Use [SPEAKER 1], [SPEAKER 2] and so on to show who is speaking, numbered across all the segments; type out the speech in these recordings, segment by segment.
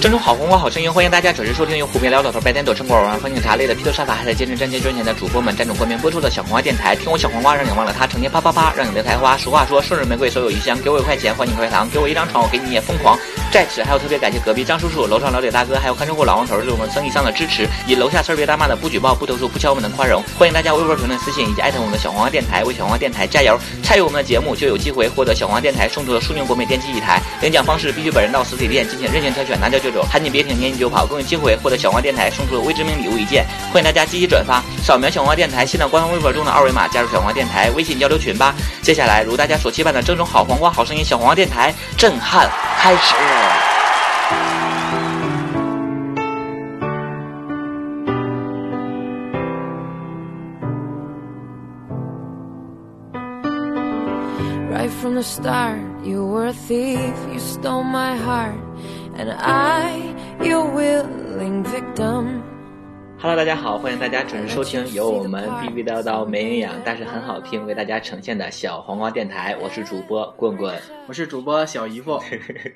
[SPEAKER 1] 郑州好风光好声音，欢迎大家准时收听由胡编聊老头白天抖吃瓜玩风景茶类的披头散发，还在坚持站街赚钱的主播们沾种冠名播出的小黄瓜电台。听我小黄瓜，让你忘了他成天啪啪啪，让你的才花。俗话说，生日玫瑰手有余香，给我一块钱换你一块糖，给我一张床我给你也疯狂。在此还要特别感谢隔壁张叔叔、楼上老李大哥，还有看守户老王头对我们生意上的支持，以楼下事儿别大骂的不举报、不投诉、不敲门的宽容。欢迎大家微博评论、私信以及艾特我们的小黄瓜电台，为小黄瓜电台加油！参与我们的节目就有机会获得小黄瓜电台送出的数名国美电器一台。领奖方式必须本人到实体店进行任性挑选，拿掉就走，喊你别挺，撵你就跑，更有机会获得小黄瓜电台送出的微知名礼物一件。欢迎大家积极转发，扫描小黄瓜电台新浪官方微博中的二维码，加入小黄瓜电台微信交流群吧。接下来如大家所期盼的正宗好黄瓜、好声音小黄瓜电台震撼开始。
[SPEAKER 2] Right from the start, you were a thief, you stole my heart, and I, your willing victim.
[SPEAKER 1] Hello，大家好，欢迎大家准时收听由我们逼逼叨叨没营养但是很好听为大家呈现的小黄瓜电台，我是主播棍棍。
[SPEAKER 3] 我是主播小姨夫，啊、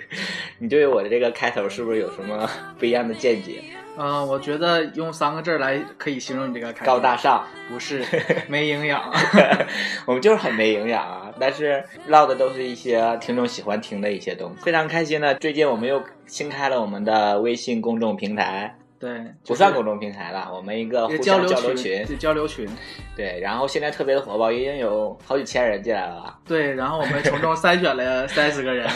[SPEAKER 1] 你对我的这个开头是不是有什么 不一样的见解？
[SPEAKER 3] 嗯我觉得用三个字儿来可以形容你这个开头
[SPEAKER 1] 高大上，
[SPEAKER 3] 不是没营养，
[SPEAKER 1] 我们就是很没营养啊，但是唠的都是一些听众喜欢听的一些东西，非常开心呢。最近我们又新开了我们的微信公众平台，
[SPEAKER 3] 对，
[SPEAKER 1] 不算公众平台了，我们一个
[SPEAKER 3] 一
[SPEAKER 1] 互
[SPEAKER 3] 个
[SPEAKER 1] 相
[SPEAKER 3] 流
[SPEAKER 1] 交流群，
[SPEAKER 3] 对交流群，
[SPEAKER 1] 对，然后现在特别的火爆，已经有好几千人进来了啊 吧，
[SPEAKER 3] 对，然后我们从中筛选 了三十个人，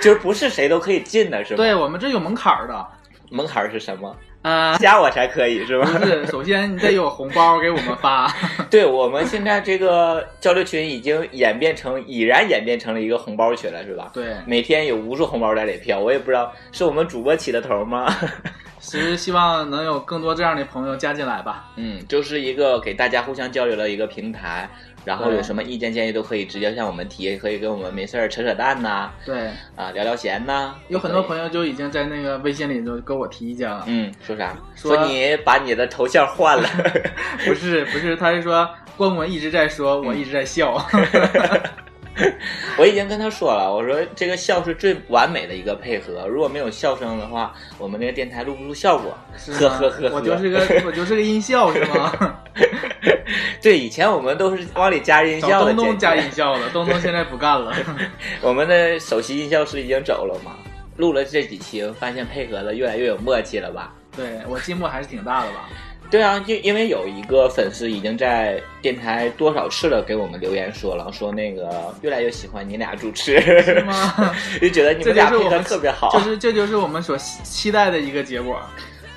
[SPEAKER 1] 就是不是谁都可以进的，是吧？
[SPEAKER 3] 对，我们这有门槛儿的，
[SPEAKER 1] 门槛儿是什么？
[SPEAKER 3] 啊、
[SPEAKER 1] 加我才可以是吧？
[SPEAKER 3] 不是，首先你得有红包给我们发，
[SPEAKER 1] 对我们现在这个交流群已经演变成，已然演变成了一个红包群了，是吧？
[SPEAKER 3] 对，
[SPEAKER 1] 每天有无数红包在里飘，我也不知道是我们主播起的头吗？
[SPEAKER 3] 其实希望能有更多这样的朋友加进来吧，
[SPEAKER 1] 嗯，就是一个给大家互相交流的一个平台，然后有什么意见建议都可以直接向我们提，也可以跟我们没事儿扯扯淡呐、啊，
[SPEAKER 3] 对，
[SPEAKER 1] 聊聊闲呐、
[SPEAKER 3] 有很多
[SPEAKER 1] 友，
[SPEAKER 3] 朋友就已经在那个微信里就跟我提意见了，
[SPEAKER 1] 嗯，说啥？
[SPEAKER 3] 说
[SPEAKER 1] 说你把你的头像换 了。
[SPEAKER 3] 不是不是，他是说关关一直在说，
[SPEAKER 1] 嗯
[SPEAKER 3] 我一直在笑。
[SPEAKER 1] 我已经跟他说了，我说这个笑是最完美的一个配合，如果没有笑声的话，我们这个电台录不出效果。
[SPEAKER 3] 是
[SPEAKER 1] 呵
[SPEAKER 3] 吗
[SPEAKER 1] 呵呵呵，
[SPEAKER 3] 我就是个我就是个音效是吗？
[SPEAKER 1] 对，以前我们都是往里加音
[SPEAKER 3] 找
[SPEAKER 1] 效的
[SPEAKER 3] 东东
[SPEAKER 1] 简
[SPEAKER 3] 加
[SPEAKER 1] 介，
[SPEAKER 3] 音效的，东东现在不干了。
[SPEAKER 1] 我们的首席音效师已经走了嘛。录了这几期，发现配合的越来越有默契了吧？
[SPEAKER 3] 对我进步还是挺大的吧？
[SPEAKER 1] 对啊，就因为有一个粉丝已经在电台多少次了给我们留言说了，说那个越来越喜欢 你俩主持，
[SPEAKER 3] 是吗？
[SPEAKER 1] 就觉得你 们
[SPEAKER 3] 这就
[SPEAKER 1] 俩
[SPEAKER 3] 是
[SPEAKER 1] 配
[SPEAKER 3] 我
[SPEAKER 1] 合
[SPEAKER 3] 们
[SPEAKER 1] 特别好，
[SPEAKER 3] 就是这就是我们所期期待的一个 结果，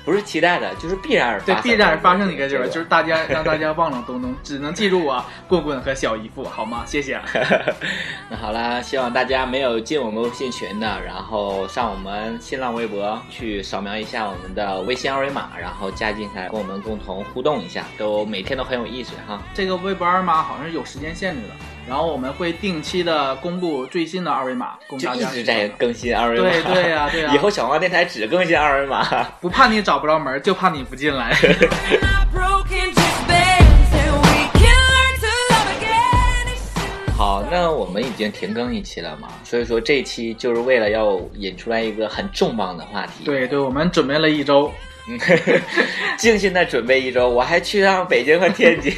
[SPEAKER 1] 不是期待的，就是必然而
[SPEAKER 3] 对
[SPEAKER 1] 发，生，
[SPEAKER 3] 必然而发生的一个结果，就是
[SPEAKER 1] 是
[SPEAKER 3] 大家让大家忘 了东东，只能记住我棍棍和小姨夫，好吗？谢啊谢。
[SPEAKER 1] 那好啦，希望大家没有进我们微信群的，然后上我们新浪微博去扫描一下我们的微信二维码，然后加进来跟我们共同互动一下，都每天都很有意思哈。
[SPEAKER 3] 这个微博二维码好像是有时间限制的，然后我们会定期的公布最新的二维码，供
[SPEAKER 1] 就
[SPEAKER 3] 大
[SPEAKER 1] 一
[SPEAKER 3] 家
[SPEAKER 1] 直
[SPEAKER 3] 使
[SPEAKER 1] 在
[SPEAKER 3] 用
[SPEAKER 1] 更新二维码，
[SPEAKER 3] 对对呀对呀 啊
[SPEAKER 1] 以后小黄电台只更新二维码，
[SPEAKER 3] 不怕你找不着门儿，就怕你不进来。
[SPEAKER 2] And I broke into bands, and we can learn to love again. It's
[SPEAKER 1] 好，那我们已经停更一期了嘛，所以说这一期就是为了要引出来一个很重磅的话题。，
[SPEAKER 3] 对对，我们准备了一周，
[SPEAKER 1] 静心的准备一周，我还去趟北京和天津，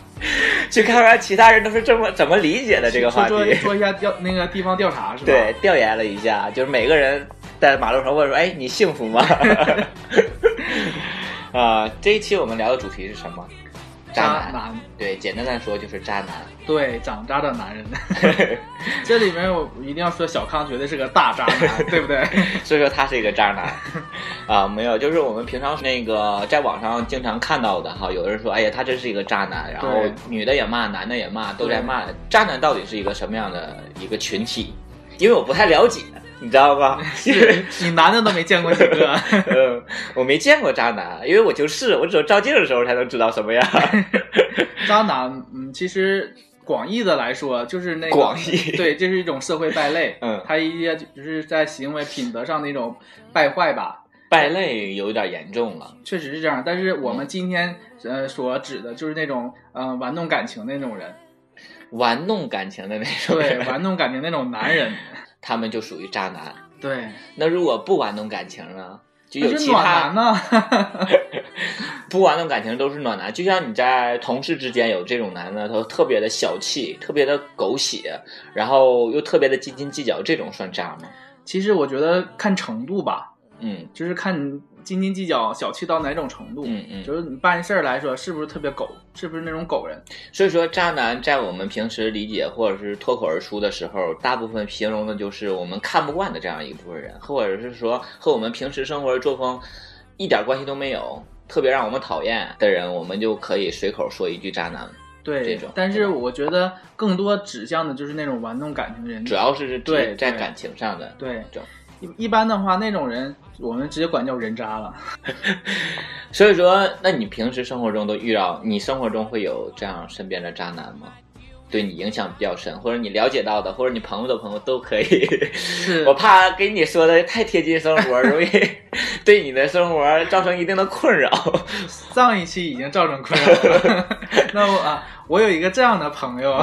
[SPEAKER 1] 去看看其他人都是这么怎么理解的这个话
[SPEAKER 3] 说说
[SPEAKER 1] 题。
[SPEAKER 3] 说一下调那个地方调查是 吧？
[SPEAKER 1] 对，，调研了一下，就是每个人在马路上问说：“哎，你幸福吗？” 啊，这一期我们聊的主题是什么？渣
[SPEAKER 3] 渣
[SPEAKER 1] 男。
[SPEAKER 3] 男，
[SPEAKER 1] 对，简单来说就是渣男。
[SPEAKER 3] 对，长渣的 男人。这里面我一定要说，小康绝对是个大渣 男，对不对？
[SPEAKER 1] 所以说他是一个渣 男啊，没有，就是我们平常那个在网上经常看到的哈，有人说，哎呀，他真是一个渣男，然后
[SPEAKER 3] 对
[SPEAKER 1] 女的也骂，男的也骂，都在
[SPEAKER 3] 对
[SPEAKER 1] 骂。渣男到底是一个什么样的一个群体？因为我不太了解，你知道 吧？因为
[SPEAKER 3] 你男的都没见过几个，
[SPEAKER 1] 嗯，我没见过渣男，因为我就是，我只有照镜的时候才能知道什么 样。
[SPEAKER 3] 渣男，嗯，其实。广义的来说，就是那个
[SPEAKER 1] 广义
[SPEAKER 3] 对，这是一种社会败类，
[SPEAKER 1] 嗯
[SPEAKER 3] 他一些就是在行为品德上的一种败坏吧，
[SPEAKER 1] 败类有点严重了，
[SPEAKER 3] 确实是这样，但是我们今天呃所指的就是那种呃玩弄感情那种人，
[SPEAKER 1] 玩弄感情的那种
[SPEAKER 3] 对，
[SPEAKER 1] 人，
[SPEAKER 3] 玩弄感情那种男人，
[SPEAKER 1] 他们就属于渣男。
[SPEAKER 3] 对，
[SPEAKER 1] 那如果不玩弄感情呢？就
[SPEAKER 3] 那
[SPEAKER 1] 有
[SPEAKER 3] 就
[SPEAKER 1] 其
[SPEAKER 3] 暖男
[SPEAKER 1] 他
[SPEAKER 3] 呢？
[SPEAKER 1] 不玩弄感情都是暖男，就像你在同事之间有这种男的，他特别的小气，特别的狗血，然后又特别的斤斤计较，这种算渣吗？
[SPEAKER 3] 其实我觉得看程度吧，
[SPEAKER 1] 嗯
[SPEAKER 3] 就是看你斤斤计较、小气到哪种程度。
[SPEAKER 1] 嗯嗯，
[SPEAKER 3] 就是你办事儿来说，是不是特别狗？是不是那种狗人？
[SPEAKER 1] 所以说渣男在我们平时理解或者是脱口而出的时候，大部分形容的就是我们看不惯的这样一部分人，或者是说和我们平时生活作风一点关系都没有，特别让我们讨厌的人，我们就可以随口说一句渣男。
[SPEAKER 3] 对，
[SPEAKER 1] 这种
[SPEAKER 3] 但
[SPEAKER 1] 对
[SPEAKER 3] 是
[SPEAKER 1] 吧
[SPEAKER 3] 我觉得更多指向的就是那种玩弄感情的人。
[SPEAKER 1] 主要是
[SPEAKER 3] 对
[SPEAKER 1] 在
[SPEAKER 3] 对
[SPEAKER 1] 感情上的。
[SPEAKER 3] 对
[SPEAKER 1] 这种，
[SPEAKER 3] 一一般的话，那种人我们直接管叫人渣了。
[SPEAKER 1] 所以说，那你平时生活中都遇到，你生活中会有这样身边的渣男吗？对你影响比较深，或者你了解到的，或者你朋友的朋友都可以。
[SPEAKER 3] 是
[SPEAKER 1] 我怕给你说的太贴近生活，容易 对你的生活造成一定的困 扰。
[SPEAKER 3] 上一期已经造成困扰 了。 那我啊，我有一个这样的朋友，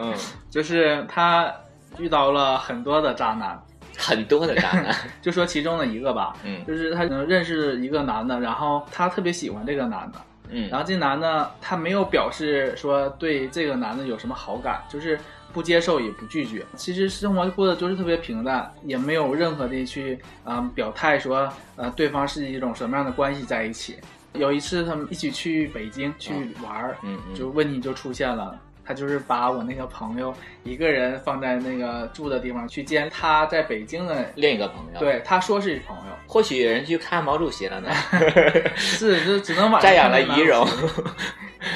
[SPEAKER 1] 嗯，
[SPEAKER 3] 就是他遇到了很多的渣男，
[SPEAKER 1] 很多的渣男，
[SPEAKER 3] 就说其中的一个吧，
[SPEAKER 1] 嗯
[SPEAKER 3] 就是他能认识一个男的，然后他特别喜欢这个男的，然
[SPEAKER 1] 嗯
[SPEAKER 3] 后这男的他没有表示说对这个男的有什么好感，就是不接受也不拒绝。其实生活过得就是特别平淡，也没有任何的去嗯、呃表态说呃对方是一种什么样的关系在一起。有一次他们一起去北京去玩儿，
[SPEAKER 1] 嗯嗯，
[SPEAKER 3] 就问题就出现了。他就是把我那个朋友一个人放在那个住的地方去见他在北京的，
[SPEAKER 1] 另一个朋友，，
[SPEAKER 3] 对他说是朋友，
[SPEAKER 1] 或许有人去看毛主席了呢，
[SPEAKER 3] 是就只能晚上
[SPEAKER 1] 瞻仰了
[SPEAKER 3] 看到
[SPEAKER 1] 仪 容。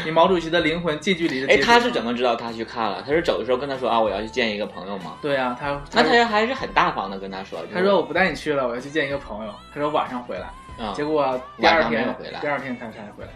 [SPEAKER 3] 你毛主席的灵魂近距离的。
[SPEAKER 1] 哎，他是怎？么知道他去看了？他是走的时候跟他说啊，我要去见一个朋友吗？
[SPEAKER 3] 对啊，他
[SPEAKER 1] 那
[SPEAKER 3] 他
[SPEAKER 1] 他还是很大方的跟他说，
[SPEAKER 3] 他说我不带你去了，我要去见一个朋友。他说晚上回来，
[SPEAKER 1] 啊，
[SPEAKER 3] 结果第二
[SPEAKER 1] 晚上没有
[SPEAKER 3] 天
[SPEAKER 1] 回来
[SPEAKER 3] 第二天他才回来。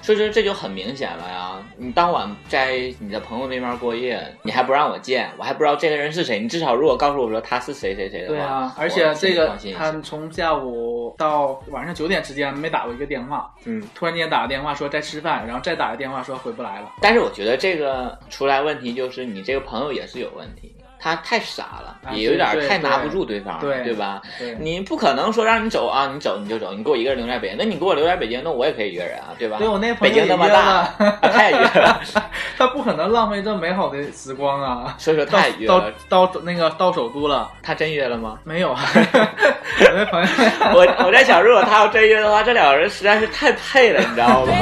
[SPEAKER 1] 所以说这就很明显了呀。你当晚在你的朋友那边过夜，你还不让我见，我还不知道这个人是谁。你至少如果告诉我说他是谁谁谁的话，
[SPEAKER 3] 对啊，
[SPEAKER 1] 我
[SPEAKER 3] 而且
[SPEAKER 1] 心里
[SPEAKER 3] 这个
[SPEAKER 1] 放心一些
[SPEAKER 3] 他从下午到晚上九点之间没打过一个电话，
[SPEAKER 1] 嗯。
[SPEAKER 3] 突然间打个电话说在吃饭，然后再打个电话说回不来了。
[SPEAKER 1] 但是我觉得这个出来问题就是你这个朋友也是有问题，他太傻了，
[SPEAKER 3] 啊
[SPEAKER 1] 也有点
[SPEAKER 3] 对
[SPEAKER 1] 太拿
[SPEAKER 3] 对
[SPEAKER 1] 不住对方了，
[SPEAKER 3] 对
[SPEAKER 1] 吧？
[SPEAKER 3] 对，
[SPEAKER 1] 你不可能说让你走啊，你走你就走，你给我一个人留在北京，那你给我留在北京，那我也可以约人啊，对吧？
[SPEAKER 3] 对我那朋
[SPEAKER 1] 北
[SPEAKER 3] 友也
[SPEAKER 1] 京那
[SPEAKER 3] 约
[SPEAKER 1] 么大，
[SPEAKER 3] 了，
[SPEAKER 1] 啊他也约了，
[SPEAKER 3] 他不可能浪费这美好的时光啊。
[SPEAKER 1] 所以说
[SPEAKER 3] 到
[SPEAKER 1] 他也约
[SPEAKER 3] 到
[SPEAKER 1] 了，
[SPEAKER 3] 到那个到首都了，
[SPEAKER 1] 他真约了吗？
[SPEAKER 3] 没有啊？ 我那朋友，
[SPEAKER 1] 我我在想，如果他要真约的话，这两个人实在是太配了，你知道吗？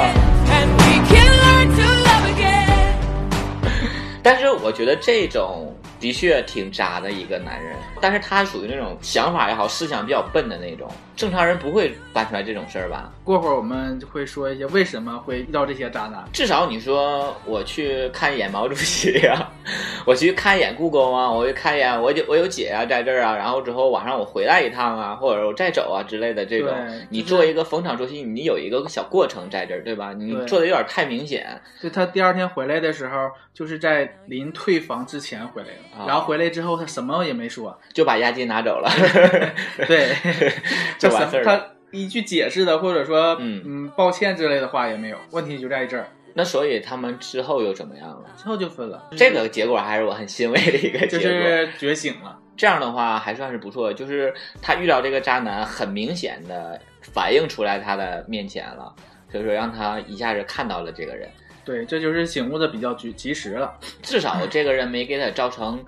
[SPEAKER 2] And we can learn to love again.
[SPEAKER 1] 但是我觉得这种的确挺渣的一个男人，但是他属于那种想法也好，思想比较笨的那种，正常人不会办出来这种事儿吧？
[SPEAKER 3] 过会儿我们就会说一些为什么会遇到这些渣男。
[SPEAKER 1] 至少你说我去看一眼毛主席啊， 我去看一眼故宫啊，我去看一眼我有我有姐啊在这儿啊，然后之后晚上我回来一趟啊，或者我再走啊之类的这种
[SPEAKER 3] 对，
[SPEAKER 1] 你做一个逢场作戏，你有一个小过程在这儿，对吧？你
[SPEAKER 3] 对
[SPEAKER 1] 做的有点太明显，
[SPEAKER 3] 就他第二天回来的时候，就是在临退房之前回来
[SPEAKER 1] 啊
[SPEAKER 3] 了，然后回来之后他什么也 没说，
[SPEAKER 1] 就把押金拿 走了。
[SPEAKER 3] 对，
[SPEAKER 1] 就
[SPEAKER 3] 他
[SPEAKER 1] 完事
[SPEAKER 3] 什
[SPEAKER 1] 儿
[SPEAKER 3] 么
[SPEAKER 1] 了。
[SPEAKER 3] 他一句解释的或者说
[SPEAKER 1] 嗯
[SPEAKER 3] 嗯抱歉之类的话也没有，问题就在这儿，
[SPEAKER 1] 那所以他们之后又怎么样了？
[SPEAKER 3] 之后就分了，
[SPEAKER 1] 这个结果还是我很欣慰的一个结果。
[SPEAKER 3] 就是觉醒了。
[SPEAKER 1] 这样的话还算是不错，就是他遇到这个渣男，很明显的反映出来他的面前了，所以说让他一下子看到了这个人，
[SPEAKER 3] 对，这就是醒悟的比较及及时了。
[SPEAKER 1] 至
[SPEAKER 3] 嗯
[SPEAKER 1] 少这个人没给他造成，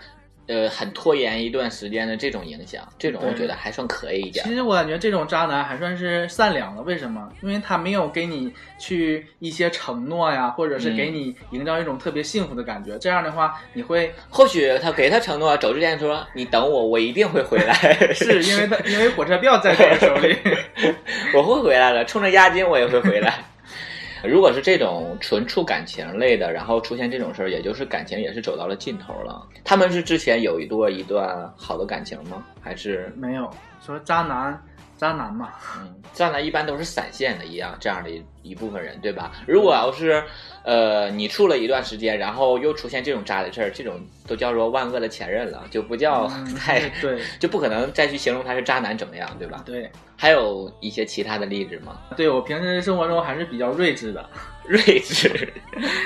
[SPEAKER 1] 呃，很拖延一段时间的这种影响，这种我
[SPEAKER 3] 对
[SPEAKER 1] 觉得还算可以一点
[SPEAKER 3] 其。实我感觉这种渣男还算是善良的，为什么？因为他没有给你去一些承诺呀，或者是
[SPEAKER 1] 嗯
[SPEAKER 3] 给你营造一种特别幸福的感觉。这样的话，你会
[SPEAKER 1] 或许他给他承诺，走之前说你等我，我一定会回来。
[SPEAKER 3] 是因为他因为火车票在他手 里。
[SPEAKER 1] 我会回来的，冲着押金我也会回来。 如果是这种纯触感情类的，然后出现这种事儿，也就是感情也是走到了尽头了。他们是之前有一段一段好的感情吗？还是
[SPEAKER 3] 没有说渣男，渣男嘛，
[SPEAKER 1] 嗯，渣男一般都是闪现的一样这样的一一部分人，对吧？如果要是呃你处了一段时间，然后又出现这种渣的事儿，这种都叫做万恶的前任了，就不叫
[SPEAKER 3] 嗯
[SPEAKER 1] 哦太、
[SPEAKER 3] 对
[SPEAKER 1] 就不可能再去形容他是渣男怎么样，对吧？
[SPEAKER 3] 对
[SPEAKER 1] 还有一些其他的例子吗？
[SPEAKER 3] 对，我平时生活中还是比较睿智的，
[SPEAKER 1] 睿智，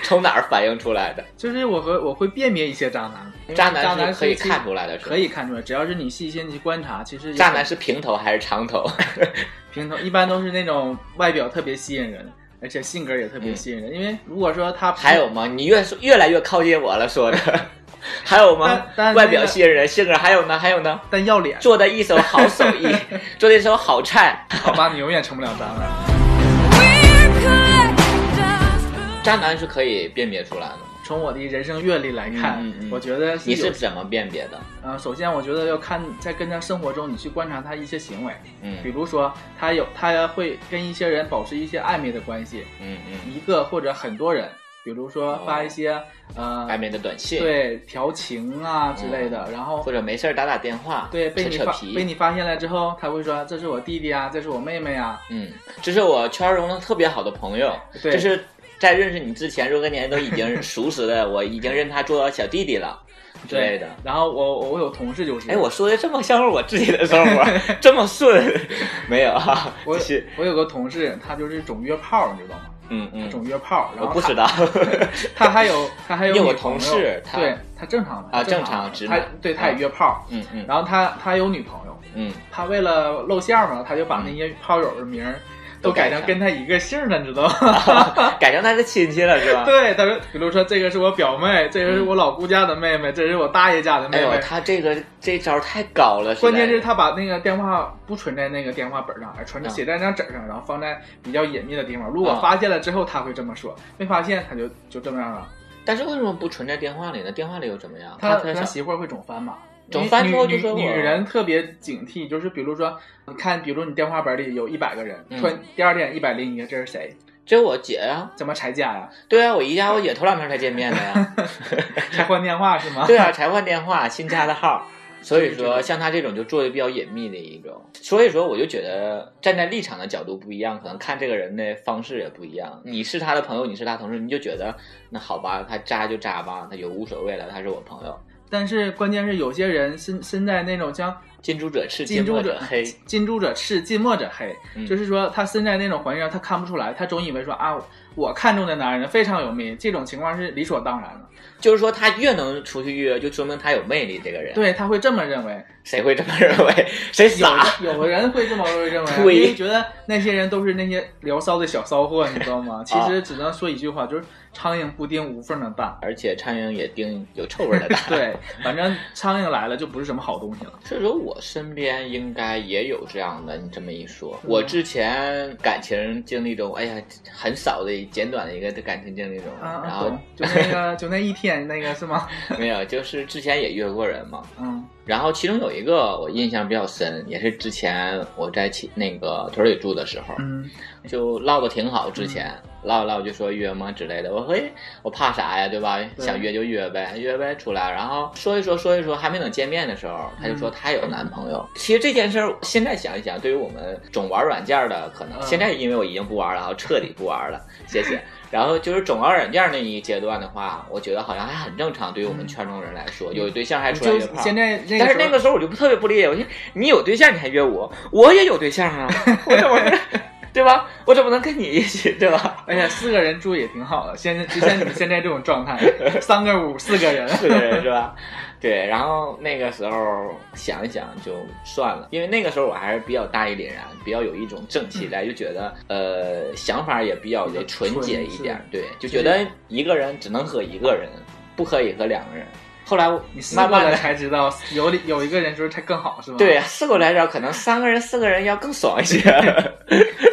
[SPEAKER 1] 从哪儿反映出来的？
[SPEAKER 3] 就是我和我会辨别一些渣男，
[SPEAKER 1] 渣
[SPEAKER 3] 嗯男渣
[SPEAKER 1] 男是可以看出
[SPEAKER 3] 来，
[SPEAKER 1] 来的，是吧
[SPEAKER 3] 可以看出来，只要是你细心去观察，其实
[SPEAKER 1] 渣男是平头还是长头？
[SPEAKER 3] 平头一般都是那种外表特别吸引人，而且性格也特别吸引人。因为如果说他
[SPEAKER 1] 嗯还有吗？你越说越来越靠近我了，说的。 还有吗
[SPEAKER 3] 但但？
[SPEAKER 1] 外表
[SPEAKER 3] 那个
[SPEAKER 1] 吸引人，性格还有呢？还有呢？
[SPEAKER 3] 但要脸，
[SPEAKER 1] 做的一手好手 艺，做的一手好菜。
[SPEAKER 3] 好吧，你永远成不了渣男。
[SPEAKER 2] We're collectors, but
[SPEAKER 1] 渣男是可以辨别出来的。
[SPEAKER 3] 从我的人生阅历来看，
[SPEAKER 1] 嗯嗯嗯
[SPEAKER 3] 我觉得是
[SPEAKER 1] 你
[SPEAKER 3] 有
[SPEAKER 1] 是怎么辨别的？
[SPEAKER 3] 呃，首先我觉得要看在跟他生活中，你去观察他一些行为，比
[SPEAKER 1] 嗯
[SPEAKER 3] 如说他有他会跟一些人保持一些暧昧的关系，
[SPEAKER 1] 嗯嗯，
[SPEAKER 3] 一个或者很多人，比如说发一些、
[SPEAKER 1] 哦暧
[SPEAKER 3] 呃
[SPEAKER 1] 昧的短信，
[SPEAKER 3] 对调情啊之类的，然后
[SPEAKER 1] 或者没事儿打打电话，
[SPEAKER 3] 对被
[SPEAKER 1] 扯
[SPEAKER 3] 你
[SPEAKER 1] 扯
[SPEAKER 3] 发被
[SPEAKER 1] 皮。
[SPEAKER 3] 你发现了之后，他会说这是我弟弟啊，这是我妹妹啊，
[SPEAKER 1] 嗯，这是我圈儿中的特别好的朋友，
[SPEAKER 3] 对
[SPEAKER 1] 就是在认识你之前若干年都已经 熟识的，我已经认他做小弟弟了之类的。
[SPEAKER 3] 然后我我我有同事就是，
[SPEAKER 1] 哎，我说的这么像是我自己的生 活，这么顺， 没有啊？
[SPEAKER 3] 我
[SPEAKER 1] 就是
[SPEAKER 3] 我有个同事，他就是总约炮，你知道吗？
[SPEAKER 1] 嗯嗯，
[SPEAKER 3] 总约炮，然
[SPEAKER 1] 我
[SPEAKER 3] 后
[SPEAKER 1] 不
[SPEAKER 3] 他
[SPEAKER 1] 知道。
[SPEAKER 3] 他 还有他还有
[SPEAKER 1] 因为我
[SPEAKER 3] 女朋友
[SPEAKER 1] 同事他
[SPEAKER 3] 对他正常的
[SPEAKER 1] 啊
[SPEAKER 3] 正
[SPEAKER 1] 正常
[SPEAKER 3] 的
[SPEAKER 1] 直
[SPEAKER 3] 他
[SPEAKER 1] 男
[SPEAKER 3] 对他也约炮，
[SPEAKER 1] 嗯嗯
[SPEAKER 3] 然后他他有女朋友，
[SPEAKER 1] 嗯，
[SPEAKER 3] 他为了露馅儿嘛，他就把那些炮友的名儿
[SPEAKER 1] 都
[SPEAKER 3] 都
[SPEAKER 1] 改
[SPEAKER 3] 改成
[SPEAKER 1] 成
[SPEAKER 3] 跟他一个姓儿的，你知道吗？
[SPEAKER 1] 嗯 改成他的亲戚了是吧？
[SPEAKER 3] 对，他说，比如说这个是我表妹，这个是我老姑家的妹妹，这是我大爷家的
[SPEAKER 1] 哎
[SPEAKER 3] 妹
[SPEAKER 1] 呦，
[SPEAKER 3] 妹。
[SPEAKER 1] 他这个这招儿太高了，
[SPEAKER 3] 关键是
[SPEAKER 1] 他。
[SPEAKER 3] 他把那个电话不存在那个电话本上，而存在
[SPEAKER 1] 嗯
[SPEAKER 3] 写在那张纸上，然后放在比较隐秘的地方。如果
[SPEAKER 1] 嗯
[SPEAKER 3] 发现了之后，他会这么说；没发现，他就就这么样了。
[SPEAKER 1] 但是为什么不存在电话里呢？电话里又怎么样？
[SPEAKER 3] 他
[SPEAKER 1] 特别
[SPEAKER 3] 他
[SPEAKER 1] 啊想
[SPEAKER 3] 媳妇儿会总翻嘛？
[SPEAKER 1] 总翻
[SPEAKER 3] 女
[SPEAKER 1] 之后
[SPEAKER 3] 女
[SPEAKER 1] 就说我
[SPEAKER 3] 女人特别警惕，就是比如说，你看，比如你电话本里有一百个人，
[SPEAKER 1] 嗯
[SPEAKER 3] 突然第二天一百零一个，这是谁？
[SPEAKER 1] 这是我姐呀、
[SPEAKER 3] 怎么拆家 呀？
[SPEAKER 1] 对啊，我姨家我姐头两天才见面的呀，
[SPEAKER 3] 才换电话是吗？
[SPEAKER 1] 对啊，才换电话，新加的号。所以
[SPEAKER 3] 是这
[SPEAKER 1] 说，
[SPEAKER 3] 样
[SPEAKER 1] 像他这种就做的比较隐秘的一种，所以说我就觉得站在立场的角度不一样，可能看这个人的方式也不一样。你是他的朋友，你是他同事，你就觉得那好吧，他渣就渣吧，他也无所谓了，他是我朋友。
[SPEAKER 3] 但是关键是有些人身身在那种像
[SPEAKER 1] 近朱者赤，
[SPEAKER 3] 近
[SPEAKER 1] 墨
[SPEAKER 3] 朱
[SPEAKER 1] 者黑。
[SPEAKER 3] 近朱者赤，近墨者黑，
[SPEAKER 1] 嗯
[SPEAKER 3] 就是说他身在那种环境上，他看不出来，他总以为说啊，我看中的男人非常有魅力，这种情况是理所当然的，
[SPEAKER 1] 就是说，他越能出去约，就说明他有魅力。这个人，
[SPEAKER 3] 对他会这么认为。
[SPEAKER 1] 谁会这么认为？ 谁傻？
[SPEAKER 3] 有有的人会这么 认为，
[SPEAKER 1] 对
[SPEAKER 3] 因为觉得那些人都是那些聊骚的小骚货，你知道
[SPEAKER 1] 啊
[SPEAKER 3] 吗？其实只能说一句话，就是苍蝇不叮无缝的蛋。
[SPEAKER 1] 而且苍蝇也叮有臭味儿的 蛋。
[SPEAKER 3] 对，反正苍蝇来了就不是什么好东西了。
[SPEAKER 1] 所以说我身边应该也有这样的。你这么一说，
[SPEAKER 3] 嗯
[SPEAKER 1] 我之前感情经历中，哎呀，很少的简短的一个感情经历中，
[SPEAKER 3] 啊，
[SPEAKER 1] 然后
[SPEAKER 3] 懂就那个就那一天那个是吗？
[SPEAKER 1] 没有，就是之前也约过人嘛。
[SPEAKER 3] 嗯
[SPEAKER 1] 然后其中有一个我印象比较深，也是之前我在其那个屯儿里住的时候，
[SPEAKER 3] 嗯，
[SPEAKER 1] 就唠的挺好。之前、唠一唠就说约吗之类的，我说哎，我怕啥呀，对吧？
[SPEAKER 3] 对
[SPEAKER 1] 想约就约呗，约呗出来，然后说一说说一说，还没等见面的时候，她就
[SPEAKER 3] 嗯
[SPEAKER 1] 说她有男朋友。其实这件事儿现在想一想，对于我们总玩软件的，可能、
[SPEAKER 3] 嗯
[SPEAKER 1] 现在因为我已经不玩了，我彻底不玩了，谢谢。 然后就是总玩软件那一阶段的话，我觉得好像还很正常，对于我们圈中人来说，有对象还出来
[SPEAKER 3] 嗯就
[SPEAKER 1] 约炮。
[SPEAKER 3] 现在那
[SPEAKER 1] 但是
[SPEAKER 3] 个时
[SPEAKER 1] 那
[SPEAKER 3] 候
[SPEAKER 1] 个时候我就特别不理解，我说你有对象你还约我，我也有对象 啊，我怎么对吧？我怎么能跟你一起对吧？
[SPEAKER 3] 哎呀，四个人住也挺好的，现在就像你现在这种状态，三个屋四个人，
[SPEAKER 1] 四个人是吧？对，然后那个时候想一想就算了，因为那个时候我还是比较大义凛然，比较有一种正气在，就觉得呃想法也比较的纯洁一点，对，就觉得一个人只能和一个人，不可以和两个人。后来我
[SPEAKER 3] 你试
[SPEAKER 1] 慢
[SPEAKER 3] 过
[SPEAKER 1] 慢
[SPEAKER 3] 了
[SPEAKER 1] 的
[SPEAKER 3] 才知道，有里有一个人时候才更好是吗？
[SPEAKER 1] 对，呀，四个来找可能三个人四个人要更爽一 些。